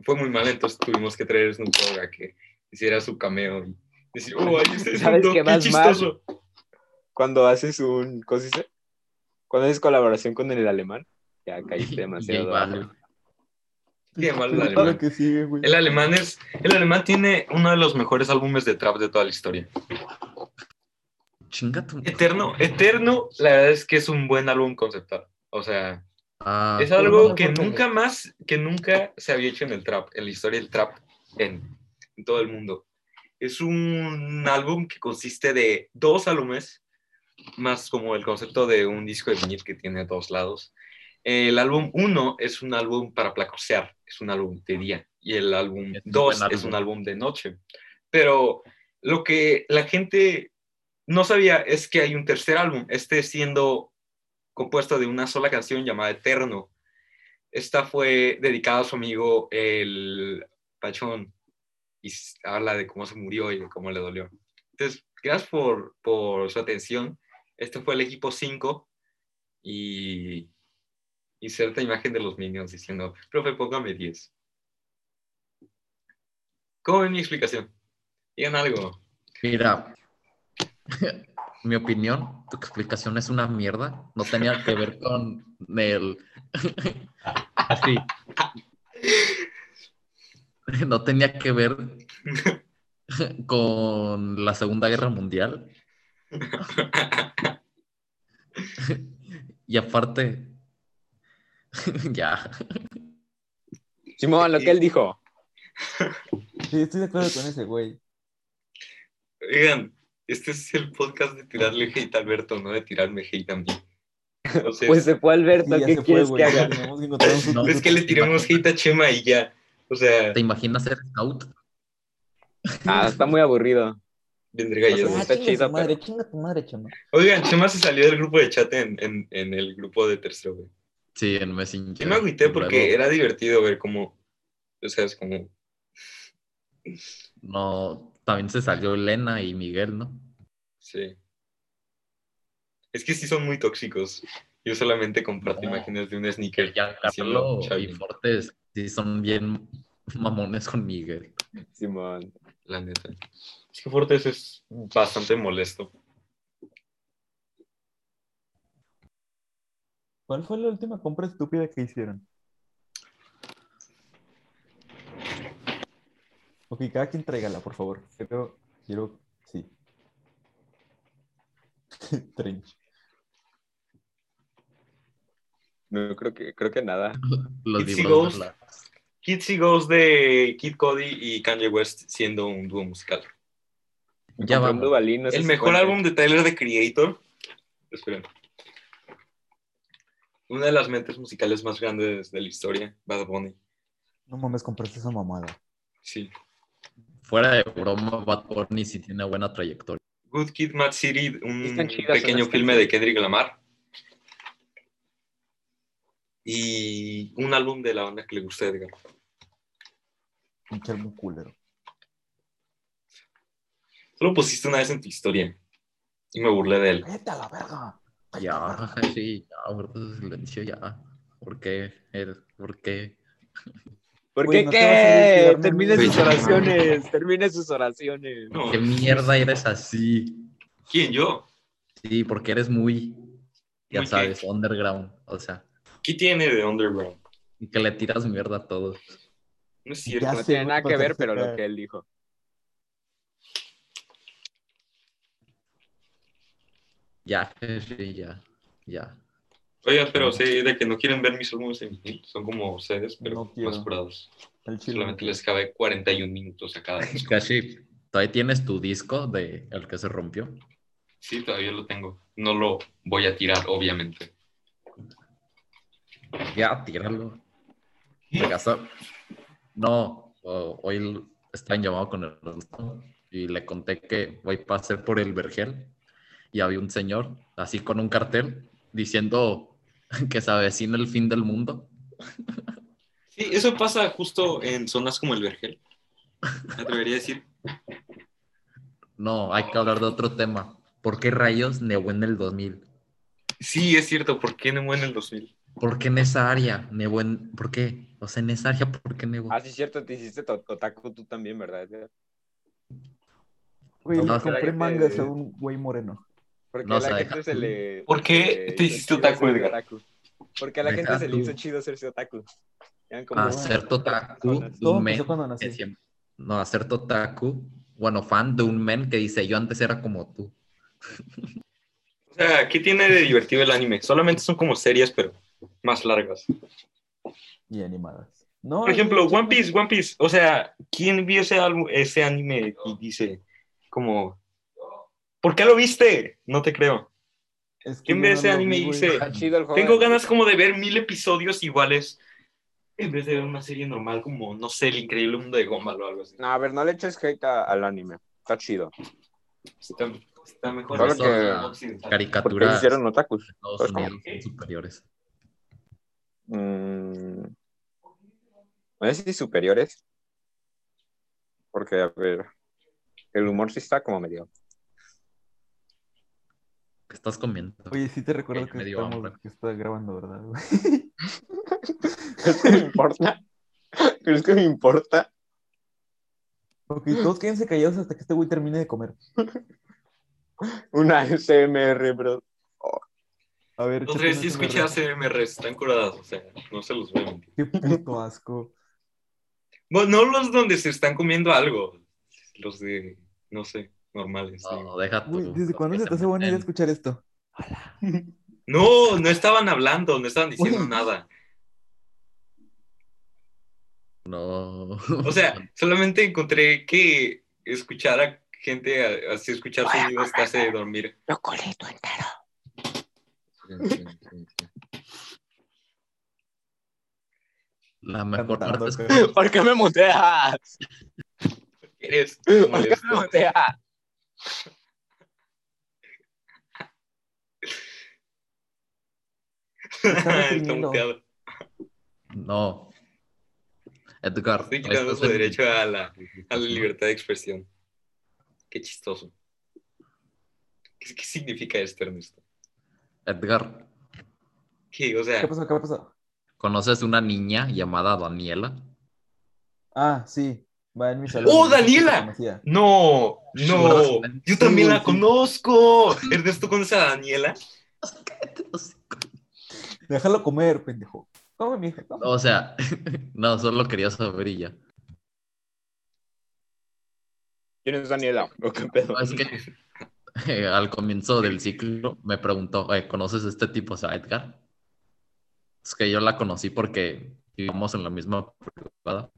Speaker 4: fue muy mala, entonces tuvimos que traer a Snoop Dogg a que hiciera su cameo y decir, oh, ahí está Snoop
Speaker 2: ¿Sabes
Speaker 4: Dogg,
Speaker 2: qué
Speaker 4: qué,
Speaker 2: más mal?
Speaker 4: chistoso.
Speaker 2: Cuando haces un. ¿Cómo se dice? Cuando haces colaboración con el alemán, ya caíste demasiado.
Speaker 3: J
Speaker 2: bajo.
Speaker 3: Balvin.
Speaker 4: Qué mal el
Speaker 5: Para
Speaker 4: alemán.
Speaker 5: que sigue, güey.
Speaker 4: El alemán es. El alemán tiene uno de los mejores álbumes de trap de toda la historia.
Speaker 3: Chinga tu-
Speaker 4: Eterno, Eterno, la verdad es que es un buen álbum conceptual. O sea,
Speaker 3: Ah,
Speaker 4: es algo
Speaker 3: no.
Speaker 4: que nunca más, que nunca se había hecho en el trap, en la historia del trap en, en todo el mundo. Es un álbum que consiste de dos álbumes, más como el concepto de un disco de vinil que tiene dos lados. El álbum 1 es un álbum para placosear, es un álbum de día, y el álbum
Speaker 3: Es un
Speaker 4: 2
Speaker 3: buen
Speaker 4: es un
Speaker 3: álbum.
Speaker 4: álbum de noche. Pero lo que la gente no sabía es que hay un tercer álbum, este siendo compuesto de una sola canción llamada Eterno. Esta fue dedicada a su amigo el Pachón y s- habla de cómo se murió y de cómo le dolió. Entonces, gracias por, por su atención. Este fue el equipo 5 y y cierta imagen de los Minions diciendo, profe, póngame 10. ¿Cómo ven mi explicación? Digan algo.
Speaker 3: Mira, mi opinión, tu explicación es una mierda. No tenía que ver con el. Así. No tenía que ver con la Segunda Guerra Mundial. Y aparte, ya.
Speaker 2: Simón, lo que él dijo.
Speaker 5: Sí, estoy de acuerdo con ese, güey.
Speaker 4: Oigan, este es el podcast de tirarle hate a Alberto, no de tirarme hate a mí. Entonces,
Speaker 2: Pues se fue Alberto,
Speaker 5: Sí, ya
Speaker 2: ¿qué
Speaker 5: se fue,
Speaker 2: quieres
Speaker 5: güey.
Speaker 2: que haga?
Speaker 5: Tenemos que encontrar un
Speaker 3: No,
Speaker 5: sustituto.
Speaker 4: es que le tiremos hate a Chema y ya. O sea,
Speaker 3: ¿Te imaginas ser scout?
Speaker 2: Ah, está muy aburrido.
Speaker 4: vendré
Speaker 1: Pues,
Speaker 4: galletas.
Speaker 5: Ah,
Speaker 2: Está
Speaker 5: chinga
Speaker 2: chido,
Speaker 5: tu madre, chinga tu madre, chama.
Speaker 4: Oigan, Chema se salió del grupo de chat en, en- en el grupo de tercero, güey.
Speaker 3: Sí, en Messenger.
Speaker 4: Yo me agüité porque era divertido ver cómo. O sea, es como.
Speaker 3: No, también se salió Elena y Miguel, ¿no?
Speaker 4: Sí. Es que sí son muy tóxicos. Yo solamente comparto
Speaker 3: No.
Speaker 4: imágenes de un
Speaker 3: Que
Speaker 4: sneaker.
Speaker 3: Giancarlo
Speaker 4: Siendo Xavi.
Speaker 3: y Fortes sí son bien mamones con Miguel.
Speaker 2: Simón.
Speaker 4: La neta. Es que Fortes es bastante molesto.
Speaker 5: ¿Cuál fue la última compra estúpida que hicieron? Ok, cada quien tráigala, por favor. Pero quiero, sí. Trench.
Speaker 2: No creo que, creo que nada.
Speaker 3: Los
Speaker 4: It's
Speaker 3: libros
Speaker 4: Eagles.
Speaker 3: de la-
Speaker 4: Kids y Ghost de Kid Cody y Kanye West siendo un dúo musical.
Speaker 3: Ya
Speaker 2: Compré un
Speaker 3: vamos.
Speaker 2: Duvalín, no sé
Speaker 4: el
Speaker 2: si
Speaker 4: mejor
Speaker 2: cuenta.
Speaker 4: álbum de Tyler The Creator. Esperen. Una de las mentes musicales más grandes de la historia, Bad Bunny.
Speaker 5: No mames, compraste esa mamada.
Speaker 4: Sí.
Speaker 3: Fuera de broma, Bad Bunny sí tiene buena trayectoria.
Speaker 4: Good Kid, Mad City, un
Speaker 2: Están chidas
Speaker 4: pequeño
Speaker 2: esas
Speaker 4: filme de Kendrick Lamar. Y un álbum de la banda que le gusta a Edgar.
Speaker 5: Pinche álbum culero.
Speaker 4: Solo pusiste una vez en tu historia. Y me burlé de él.
Speaker 5: ¡Vete a la verga! ¡Vete a la
Speaker 3: Ya,
Speaker 5: verga!
Speaker 3: sí, ya, bro, silencio, ya. ¿Por qué? Er, ¿Por qué?
Speaker 2: ¿Por qué
Speaker 5: Güey, no te vas a
Speaker 2: qué? Termine
Speaker 5: suicidarme,
Speaker 4: güey.
Speaker 2: sus oraciones, termine sus oraciones.
Speaker 4: No,
Speaker 3: ¿Qué mierda eres así?
Speaker 4: ¿Quién? ¿Yo?
Speaker 3: Sí, porque eres muy,
Speaker 4: ¿Muy
Speaker 3: ya
Speaker 4: qué?
Speaker 3: sabes, underground. O sea,
Speaker 4: ¿Qué tiene de Underground?
Speaker 3: y que le tiras mierda a todos.
Speaker 4: No es cierto.
Speaker 5: Ya
Speaker 2: No
Speaker 5: sé.
Speaker 4: Ah,
Speaker 2: tiene nada que ver,
Speaker 5: Patricia.
Speaker 2: pero lo que él dijo.
Speaker 3: Ya, sí, ya, ya.
Speaker 4: Oigan, pero sé de que no quieren ver mis ojos en mí. Son como ustedes, pero
Speaker 5: No quiero.
Speaker 4: más curados.
Speaker 5: El chile.
Speaker 4: Solamente les cabe 41 minutos a cada vez.
Speaker 3: Kashi, ¿todavía tienes tu disco de el que se rompió?
Speaker 4: Sí, todavía lo tengo. No lo voy a tirar, obviamente.
Speaker 3: Ya, tíralo. Fracasó. No, o- hoy está en llamado con el adulto y le conté que voy a pasar por el vergel y había un señor así con un cartel diciendo que se avecina el fin del mundo.
Speaker 4: Sí, eso pasa justo en zonas como el Vergel. Me atrevería a decir.
Speaker 3: No, hay que hablar de otro tema. ¿Por qué rayos nevó en el 2000?
Speaker 4: Sí, es cierto. ¿Por qué no en el 2000?
Speaker 3: ¿Por qué en esa área nevó en... ¿Por qué? O sea, en esa área, ¿por qué nevó?
Speaker 2: Ah, sí, cierto, te hiciste to- otaku tú también, ¿verdad?
Speaker 5: Güey,
Speaker 3: No,
Speaker 5: le compré
Speaker 2: será que
Speaker 5: mangas
Speaker 2: te-
Speaker 5: a un güey moreno.
Speaker 2: Porque
Speaker 3: No,
Speaker 2: a
Speaker 3: o sea,
Speaker 2: la
Speaker 3: deja-
Speaker 2: gente se le.
Speaker 4: ¿Por qué
Speaker 2: se le
Speaker 4: te
Speaker 2: hizo
Speaker 4: hiciste
Speaker 2: chido
Speaker 4: otaku,
Speaker 2: ser
Speaker 4: Edgar?
Speaker 2: Porque a la
Speaker 3: Deja
Speaker 2: gente se le
Speaker 3: tú.
Speaker 2: hizo chido ser otaku. Eran como.
Speaker 3: A ser totaku
Speaker 2: Todo
Speaker 3: de
Speaker 5: Todo
Speaker 3: un men
Speaker 5: empezó cuando
Speaker 3: que
Speaker 5: nací.
Speaker 3: siempre- No, a ser totaku, bueno, fan de un men que dice, yo antes era como tú.
Speaker 4: O sea, ¿qué tiene de divertido el anime? Solamente son como series, pero más largas.
Speaker 5: Y animadas. No,
Speaker 4: Por ejemplo, One Piece, One Piece. O sea, ¿quién vio ese, álbum- ese anime y dice como... ¿Por qué lo viste? No te creo.
Speaker 5: es que
Speaker 4: ¿Quién
Speaker 5: yo
Speaker 4: ve
Speaker 5: no
Speaker 4: ese
Speaker 5: lo
Speaker 4: anime
Speaker 5: vi,
Speaker 4: y
Speaker 5: güey.
Speaker 4: dice,
Speaker 2: Está chido el juego.
Speaker 4: tengo
Speaker 2: de-
Speaker 4: ganas como de ver mil episodios iguales en vez de ver una serie normal como, no sé, El Increíble Mundo de Gumball o algo así?
Speaker 2: No, a ver, no le eches hate a- al anime. Está chido.
Speaker 4: Está, está mejor.
Speaker 2: Solo
Speaker 4: eso,
Speaker 2: que-
Speaker 4: ¿no? Occidental.
Speaker 2: Porque se
Speaker 3: Caricaturas
Speaker 2: hicieron
Speaker 3: de
Speaker 2: otakus.
Speaker 3: Estados
Speaker 2: ¿Cómo?
Speaker 3: Unidos son superiores.
Speaker 2: Mm, No sé si superiores. Porque, a ver. El humor sí está como medio.
Speaker 3: ¿Qué estás comiendo?
Speaker 5: Oye, sí te recuerdo
Speaker 3: Ey,
Speaker 5: que,
Speaker 3: me dio
Speaker 5: estamos-
Speaker 3: hambre.
Speaker 5: que está grabando, ¿verdad, güey?
Speaker 2: ¿Crees que me importa? ¿Crees que me importa?
Speaker 5: Ok, todos quédense callados hasta que este güey termine de comer.
Speaker 2: Una SMR, bro.
Speaker 5: A ver,
Speaker 4: Los
Speaker 5: échate
Speaker 4: tres
Speaker 5: una
Speaker 4: sí escuché
Speaker 5: cerveza.
Speaker 4: ACMR, están curadas, o sea, no se los voy a mentir.
Speaker 5: Qué puto asco.
Speaker 4: Bueno, no los donde se están comiendo algo, los de, no sé, normales.
Speaker 3: No,
Speaker 4: digo.
Speaker 3: no, deja tú.
Speaker 5: Güey, ¿desde
Speaker 3: los
Speaker 5: cuándo
Speaker 3: que
Speaker 5: se te hace buena idea
Speaker 3: meten-
Speaker 5: escuchar esto?
Speaker 4: No, no estaban hablando, no estaban diciendo
Speaker 5: Güey.
Speaker 4: nada.
Speaker 3: No.
Speaker 4: O sea, solamente encontré que escuchar a gente a- así escuchar sonidos te hace dormir.
Speaker 6: Lo colé tú entero.
Speaker 3: La mejor parte es
Speaker 5: Cantando,
Speaker 6: ¿Por qué me muteas?
Speaker 4: Eres
Speaker 6: ¿Por qué me
Speaker 4: molesto.
Speaker 6: muteas?
Speaker 5: están
Speaker 4: Está
Speaker 5: reprimiendo.
Speaker 4: muteado.
Speaker 3: No. Edgar,
Speaker 4: Estoy quitando
Speaker 3: estás
Speaker 4: su
Speaker 3: en-
Speaker 4: derecho a la, a la libertad de expresión. Qué chistoso. ¿Qué, qué significa esto, Ernesto?
Speaker 3: Edgar,
Speaker 4: ¿Qué? O sea,
Speaker 5: ¿Qué pasó? ¿Qué pasó?
Speaker 3: ¿conoces una niña llamada Daniela?
Speaker 5: Ah, sí. Va en mi salón.
Speaker 4: ¡Oh,
Speaker 5: Dice que
Speaker 4: Daniela!
Speaker 5: te conocía.
Speaker 4: No,
Speaker 3: ¿Verdad?
Speaker 4: no, yo
Speaker 5: Sí,
Speaker 4: también la
Speaker 5: güey, ¿eh? sí.
Speaker 4: conozco. Ernesto, ¿conoces a Daniela?
Speaker 5: Déjalo comer, pendejo. Come, mijo. come.
Speaker 3: O sea, no, solo quería saber y ya.
Speaker 2: ¿Quién es Daniela? ¿O qué pedo?
Speaker 3: No, es que eh, al comienzo del ciclo me preguntó, "Oye, ¿conoces a este tipo, o sea, Edgar? Es que yo la conocí porque vivimos en la misma privada.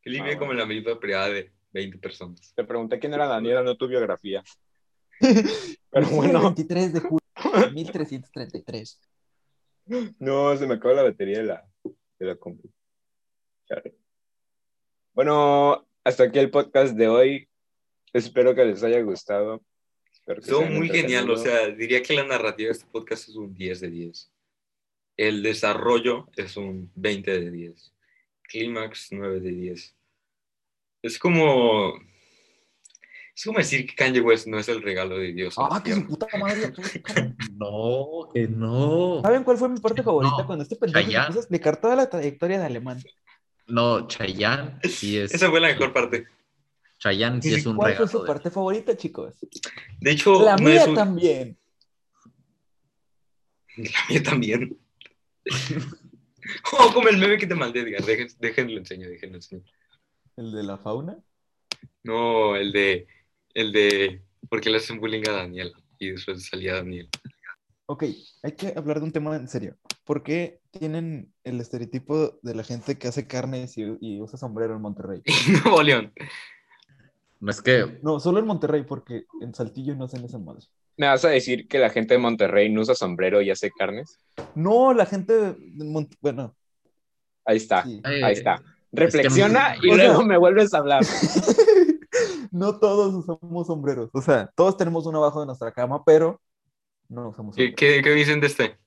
Speaker 4: Que vive
Speaker 2: Ah, bueno.
Speaker 4: como en la misma privada de 20 personas.
Speaker 2: Te pregunté quién era Daniela, no tu biografía. Pero
Speaker 5: Nací el
Speaker 2: bueno,
Speaker 5: 23 de julio de 1333.
Speaker 2: no, se me acabó la batería de la, de la compu. Chale. Bueno, hasta aquí el podcast de hoy. Espero que les haya gustado.
Speaker 5: Pues
Speaker 2: Espero que se
Speaker 4: Estuvo
Speaker 2: hayan
Speaker 4: muy genial, o
Speaker 2: entretenido.
Speaker 4: sea, diría que la narrativa de este podcast es un 10 de 10. El desarrollo es un 20 de 10. Clímax, 9 de 10. Es como... Es como decir que Kanye West no es el regalo de Dios. a la
Speaker 5: ¡Ah, que su
Speaker 4: tierra.
Speaker 5: puta madre!
Speaker 3: No, que no.
Speaker 5: ¿Saben cuál fue mi parte favorita? Cuando este pendejo se
Speaker 3: Chayanne.
Speaker 5: puso a explicar toda la trayectoria de alemán.
Speaker 3: No, Chayanne sí es.
Speaker 4: Esa fue la mejor parte.
Speaker 3: Chayanne sí es un
Speaker 5: ¿Cuál
Speaker 3: regalo.
Speaker 5: fue su
Speaker 3: de-
Speaker 5: parte favorita, chicos?
Speaker 4: De hecho,
Speaker 5: La
Speaker 4: no
Speaker 5: mía
Speaker 4: es un-
Speaker 5: también.
Speaker 4: La mía también. oh, como el meme que te mandé, Edgar. Dejen, déjenlo enseño, déjenlo enseño.
Speaker 5: ¿El de la fauna?
Speaker 4: No, el de. El de. ¿Por qué le hacen bullying a Daniela? y después salía Daniel.
Speaker 5: Ok, hay que hablar de un tema en serio. ¿Por qué tienen el estereotipo de la gente que hace carnes y, y usa sombrero en Monterrey?
Speaker 4: Nuevo León.
Speaker 3: No es que
Speaker 5: No, solo en Monterrey, porque en Saltillo no hacen esa madre.
Speaker 2: ¿Me vas a decir que la gente de Monterrey no usa sombrero y hace carnes?
Speaker 5: No, la gente de Mon- bueno,
Speaker 2: Ahí está,
Speaker 5: sí.
Speaker 3: eh,
Speaker 2: ahí está.
Speaker 3: que-
Speaker 2: Reflexiona y
Speaker 5: O sea-
Speaker 2: luego me vuelves a hablar.
Speaker 5: no todos usamos sombreros. O sea, todos tenemos uno abajo de nuestra cama, pero no usamos
Speaker 4: ¿Qué,
Speaker 5: sombreros.
Speaker 4: qué, qué dicen de este?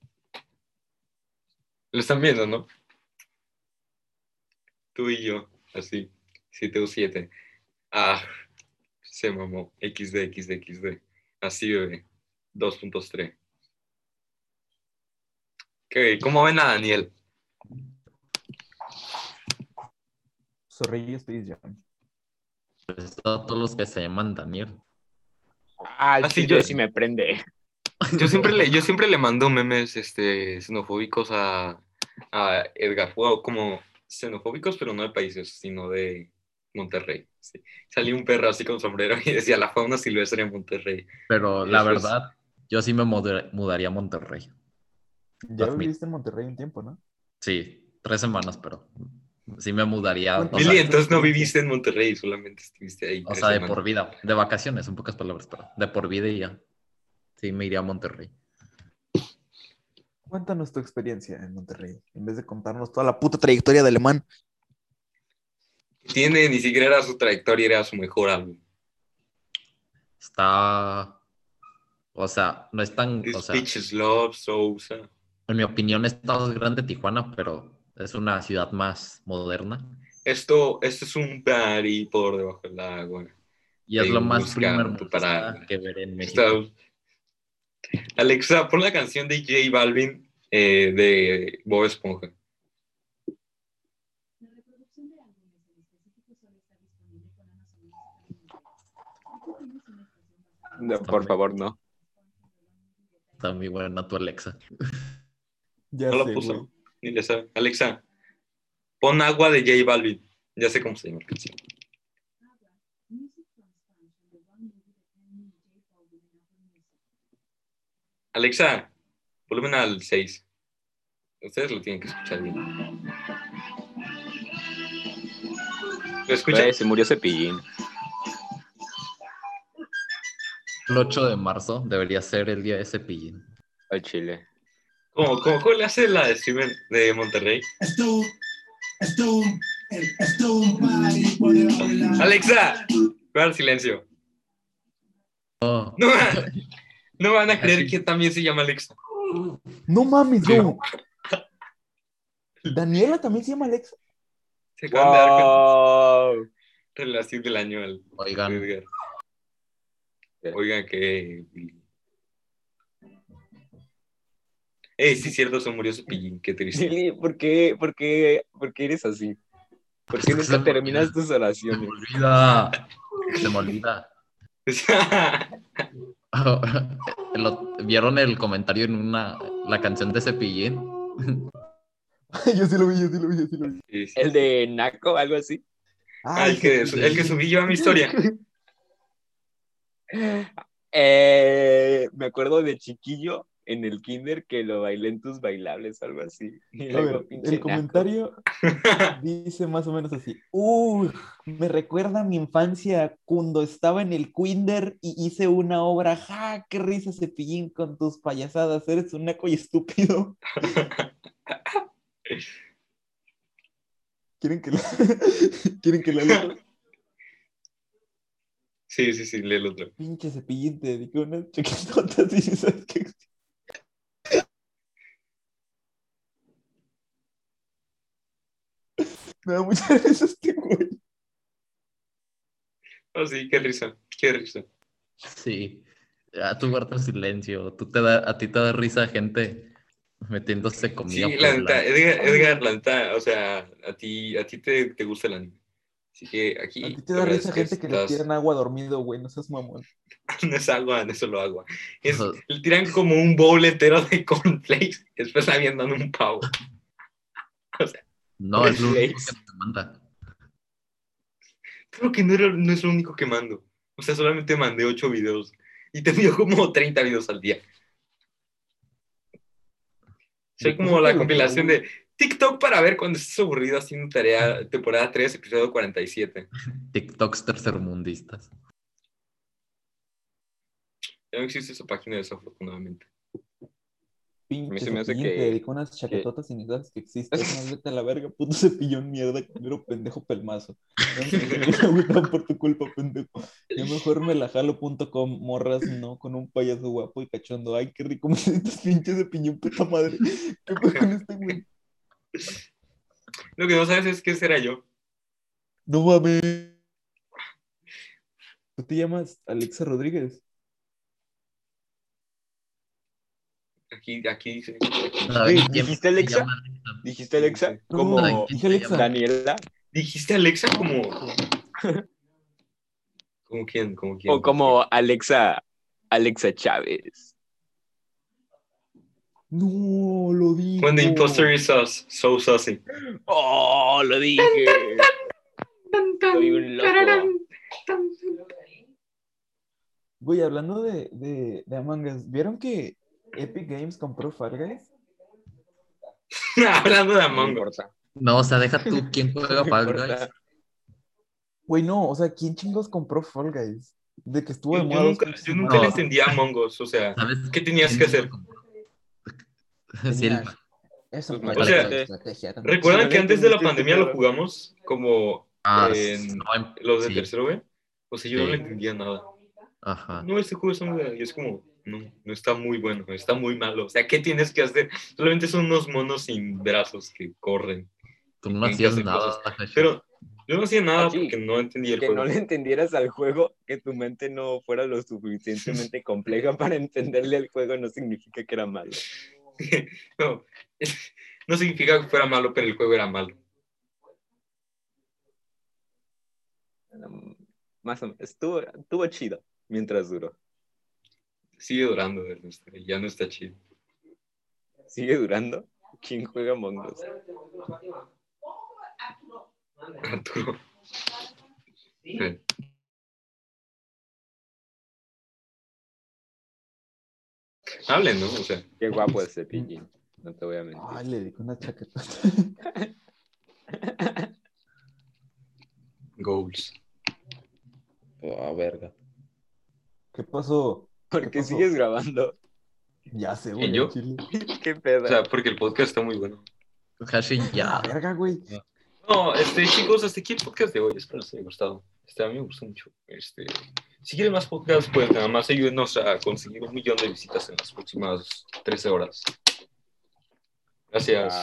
Speaker 4: Lo están viendo, ¿no? Tú y yo, así, 7 o 7. Ah, se mamó. XD, XD, XD. Así, bebé. 2.3. ¿Qué? ¿Cómo ven a Daniel?
Speaker 5: Zorrillo Space Jam.
Speaker 3: pues, a todos los que se llaman Daniel.
Speaker 2: Ah,
Speaker 4: Ah, sí,
Speaker 2: sí,
Speaker 4: yo-
Speaker 2: sí me prende.
Speaker 4: Yo siempre le, yo siempre le mando memes este, xenofóbicos a, a Edgar Wow, como xenofóbicos, pero no de países, sino de Monterrey. sí. Salía un perro así con sombrero y decía la fauna silvestre en Monterrey.
Speaker 3: Pero la
Speaker 4: Eso es.
Speaker 3: verdad, yo sí me muda- mudaría a Monterrey.
Speaker 5: Ya
Speaker 3: Admit-
Speaker 5: viviste en Monterrey un tiempo, ¿no?
Speaker 3: Sí, tres semanas, pero sí me mudaría.
Speaker 5: Bueno,
Speaker 3: o
Speaker 4: Billy,
Speaker 3: sea,
Speaker 4: entonces no viviste en Monterrey, solamente estuviste ahí.
Speaker 3: O
Speaker 4: tres
Speaker 3: sea, de
Speaker 4: semanas.
Speaker 3: por vida, de vacaciones, en pocas palabras, pero de por vida y ya. Sí, me iría a Monterrey.
Speaker 5: Cuéntanos tu experiencia en Monterrey, en vez de contarnos toda la puta trayectoria de alemán.
Speaker 4: Tiene, ni siquiera era su trayectoria, era su mejor álbum.
Speaker 3: Está. O sea, no es tan. O
Speaker 4: This
Speaker 3: sea,
Speaker 4: bitch is love, Sousa.
Speaker 3: en mi opinión, está más grande Tijuana, pero es una ciudad más moderna.
Speaker 4: Esto, esto es un party por debajo del agua.
Speaker 3: Y es
Speaker 4: Te
Speaker 3: lo más
Speaker 4: busca
Speaker 3: primer
Speaker 4: tu
Speaker 3: mundista
Speaker 4: parada.
Speaker 3: que veré en México.
Speaker 4: Está- Alexa, pon la canción de J Balvin eh, de Bob Esponja.
Speaker 7: La reproducción de álbumes en específico solo está disponible con Amazon Music Unlimited. Aquí tienes una estación basada en
Speaker 2: No, por favor, no.
Speaker 3: Está muy buena tu Alexa.
Speaker 5: Ya
Speaker 4: No la
Speaker 5: sé,
Speaker 4: puso.
Speaker 5: güey.
Speaker 4: Ni le sabe. Alexa, pon agua de J Balvin. Ya sé cómo se llama la canción.
Speaker 7: Abra, Music from Spanish and the One Movie That Can Me, J Balvin and Apple Music.
Speaker 4: Alexa, volumen al 6. Ustedes lo tienen que escuchar bien. ¿Lo escuchan?
Speaker 2: Güey, se murió Cepillín.
Speaker 3: El 8 de marzo debería ser el día de cepillín.
Speaker 2: Al chile.
Speaker 4: ¿Cómo, cómo, cómo le hace la de Steven de Monterrey?
Speaker 8: Esto, esto, esto un party por debajo del agua.
Speaker 4: Alexa, guarda silencio.
Speaker 3: No,
Speaker 4: No, no van a creer que también se llama Alexa.
Speaker 5: No mames,
Speaker 4: Sí.
Speaker 5: güey. Daniela también se llama Alexa.
Speaker 4: Se acaban de dar cuenta.
Speaker 2: Wow.
Speaker 4: Relación del año al
Speaker 3: oigan,
Speaker 4: Edgar. Oigan que... Ey, sí, cierto, se murió su pillín, qué triste.
Speaker 2: Billy, ¿por qué, por qué, por qué eres así? ¿Por qué
Speaker 3: Es que se
Speaker 2: nunca
Speaker 3: me
Speaker 2: terminas
Speaker 3: olvida.
Speaker 2: tus
Speaker 3: se me
Speaker 2: oraciones?
Speaker 3: olvida. Se me olvida. Lo- ¿Vieron el comentario en una la canción de Cepillín?
Speaker 5: yo sí lo vi, yo sí lo vi, yo sí lo vi.
Speaker 4: Sí, sí.
Speaker 2: ¿El de Naco, algo así?
Speaker 4: Ah, el, que,
Speaker 5: sí.
Speaker 4: el que subí yo a mi historia.
Speaker 2: Eh, me acuerdo de chiquillo en el kinder que lo bailé en tus bailables, algo así. Y
Speaker 5: A
Speaker 2: luego,
Speaker 5: ver,
Speaker 2: pinche
Speaker 5: el
Speaker 2: Naco.
Speaker 5: comentario dice más o menos así. Uy, me recuerda a mi infancia cuando estaba en el Kinder y hice una obra. ¡Ja! ¡Qué risa, Cepillín, con tus payasadas! Eres un naco y estúpido. ¿Quieren que lea? ¿Quieren que lea el otro?
Speaker 4: Sí, sí, sí, lee el otro.
Speaker 5: Pinche Cepillín, te dediqué unas chiquitotas y dices que... Me da mucha risa este güey.
Speaker 4: Oh, sí, qué risa, qué risa.
Speaker 3: Sí. Ah, tú guardas silencio. Tú te da, a ti te da risa gente metiéndose
Speaker 4: Sí,
Speaker 3: comida.
Speaker 4: la
Speaker 3: poblana.
Speaker 4: neta, Edgar, Edgar, la neta, o sea, a ti, a ti te, te gusta el anime. Así que aquí...
Speaker 5: A ti te
Speaker 4: la
Speaker 5: da
Speaker 4: verdad
Speaker 5: risa
Speaker 4: es que
Speaker 5: gente que le
Speaker 4: estás-
Speaker 5: tiran agua dormido, güey, no seas mamón.
Speaker 4: No es agua, en eso lo agua. Es,
Speaker 3: Ajá.
Speaker 4: le tiran como un bowl entero de cornflakes y después habían dado un pavo.
Speaker 3: No, es lo único
Speaker 4: Cornflakes.
Speaker 3: que te manda.
Speaker 4: Creo que no, era- no es lo único que mando. O sea, solamente mandé ocho videos y te envío como 30 videos al día. Soy
Speaker 5: pues
Speaker 4: como la compilación de TikTok para ver cuando estés aburrido haciendo tarea, temporada 3, episodio 47.
Speaker 3: TikToks tercermundistas.
Speaker 4: Ya no existe esa página desafortunadamente.
Speaker 5: Pinche
Speaker 2: se me hace
Speaker 5: cepillín,
Speaker 2: que-
Speaker 5: te dedico unas chaquetotas inútiles que existen. Más vete a la verga, puto cepillón mierda, culero pendejo pelmazo. No me quería agüitar por tu culpa, pendejo. Yo mejor me la jalo.com, morras, no, con un payaso guapo y cachondo. Ay, qué rico me siento pinche cepillón, puta madre. ¿Qué pedo con este güey?
Speaker 4: Lo que no sabes es qué será yo.
Speaker 5: No mames. ¿Tú te llamas Alexa Rodríguez?
Speaker 4: Aquí, aquí dice.
Speaker 3: ¿Saben
Speaker 5: Güey,
Speaker 3: quién se
Speaker 2: ¿dijiste Alexa?
Speaker 3: llama Alexa?
Speaker 2: ¿Dijiste Alexa?
Speaker 5: No,
Speaker 2: Como
Speaker 5: dije Alexa.
Speaker 2: Daniela.
Speaker 4: ¿Dijiste Alexa como. ¿Como quién? ¿Como quién?
Speaker 2: O como Alexa, Alexa Chávez.
Speaker 5: No, lo dijo.
Speaker 4: When the imposter is us, so sassy.
Speaker 2: ¡Oh, lo dije! Soy un loco.
Speaker 5: Güey, hablando de, de, de Among Us, ¿vieron que Epic Games compró Fall Guys?
Speaker 4: Hablando de
Speaker 2: No
Speaker 4: Among Us.
Speaker 2: importa.
Speaker 3: No, o sea, deja tú quién juega
Speaker 2: No
Speaker 3: Fall
Speaker 2: importa.
Speaker 3: Guys.
Speaker 5: Güey, no, o sea, ¿quién chingos compró Fall Guys? De que estuvo de
Speaker 4: Yo, yo
Speaker 5: moda dos
Speaker 4: nunca,
Speaker 5: pinches
Speaker 4: yo nunca le
Speaker 5: semanas.
Speaker 4: entendí a Among Us, o sea,
Speaker 3: ¿Sabes
Speaker 4: ¿qué tenías que hacer?
Speaker 3: Silva.
Speaker 5: Eso
Speaker 2: Pues,
Speaker 4: o sea,
Speaker 5: estrategia. también.
Speaker 4: ¿Recuerdan que antes de la
Speaker 2: Sí, sí,
Speaker 4: pandemia lo
Speaker 2: claro.
Speaker 4: jugamos como
Speaker 3: Ah,
Speaker 4: En-
Speaker 3: no, en-
Speaker 4: los de
Speaker 3: sí,
Speaker 4: tercero B? O sea, yo no
Speaker 3: Sí.
Speaker 4: le entendía nada.
Speaker 2: Ah.
Speaker 3: Ajá.
Speaker 4: No, este juego está muy bueno. Y es como, no, no está muy bueno, está muy malo. O sea, ¿qué tienes que hacer? Solamente son unos monos sin brazos que corren.
Speaker 3: Tú no
Speaker 4: en que
Speaker 3: hacías
Speaker 4: hacen
Speaker 3: nada. Hashi.
Speaker 4: Pero yo no hacía nada
Speaker 2: Así,
Speaker 4: porque no entendía el
Speaker 2: Que
Speaker 4: juego.
Speaker 2: no le entendieras al juego, que tu mente no fuera lo suficientemente compleja para entenderle al juego, no significa que era malo.
Speaker 4: no, no significa que fuera malo, pero el juego era malo.
Speaker 2: Um, Más o menos. Estuvo, estuvo chido mientras duró.
Speaker 4: Sigue durando, Ernesto, y ya no está chido.
Speaker 2: ¿Sigue durando? ¿Quién juega Among Us?
Speaker 4: Arturo. Sí. Hablen, ¿no? O sea,
Speaker 2: Qué guapo es Cepillín. No te voy a mentir.
Speaker 5: Ay, le dedico una chaqueta.
Speaker 4: goals.
Speaker 3: Ah, verga.
Speaker 5: ¿Qué pasó?
Speaker 2: ¿Por
Speaker 5: ¿Qué
Speaker 2: qué
Speaker 5: pasó?
Speaker 2: sigues grabando?
Speaker 5: Ya sé, güey.
Speaker 4: yo?
Speaker 5: al chile.
Speaker 2: ¿Qué pedo?
Speaker 4: O sea, porque el podcast está muy bueno.
Speaker 3: Hashi ya.
Speaker 5: Ah, verga, güey.
Speaker 4: No, este, chicos, hasta aquí el podcast de hoy. Espero les haya gustado. Este, a mí me gustó mucho. Este, si quieren más podcasts, pues nada más ayúdenos a conseguir un millón de visitas en las próximas 13 horas. Gracias.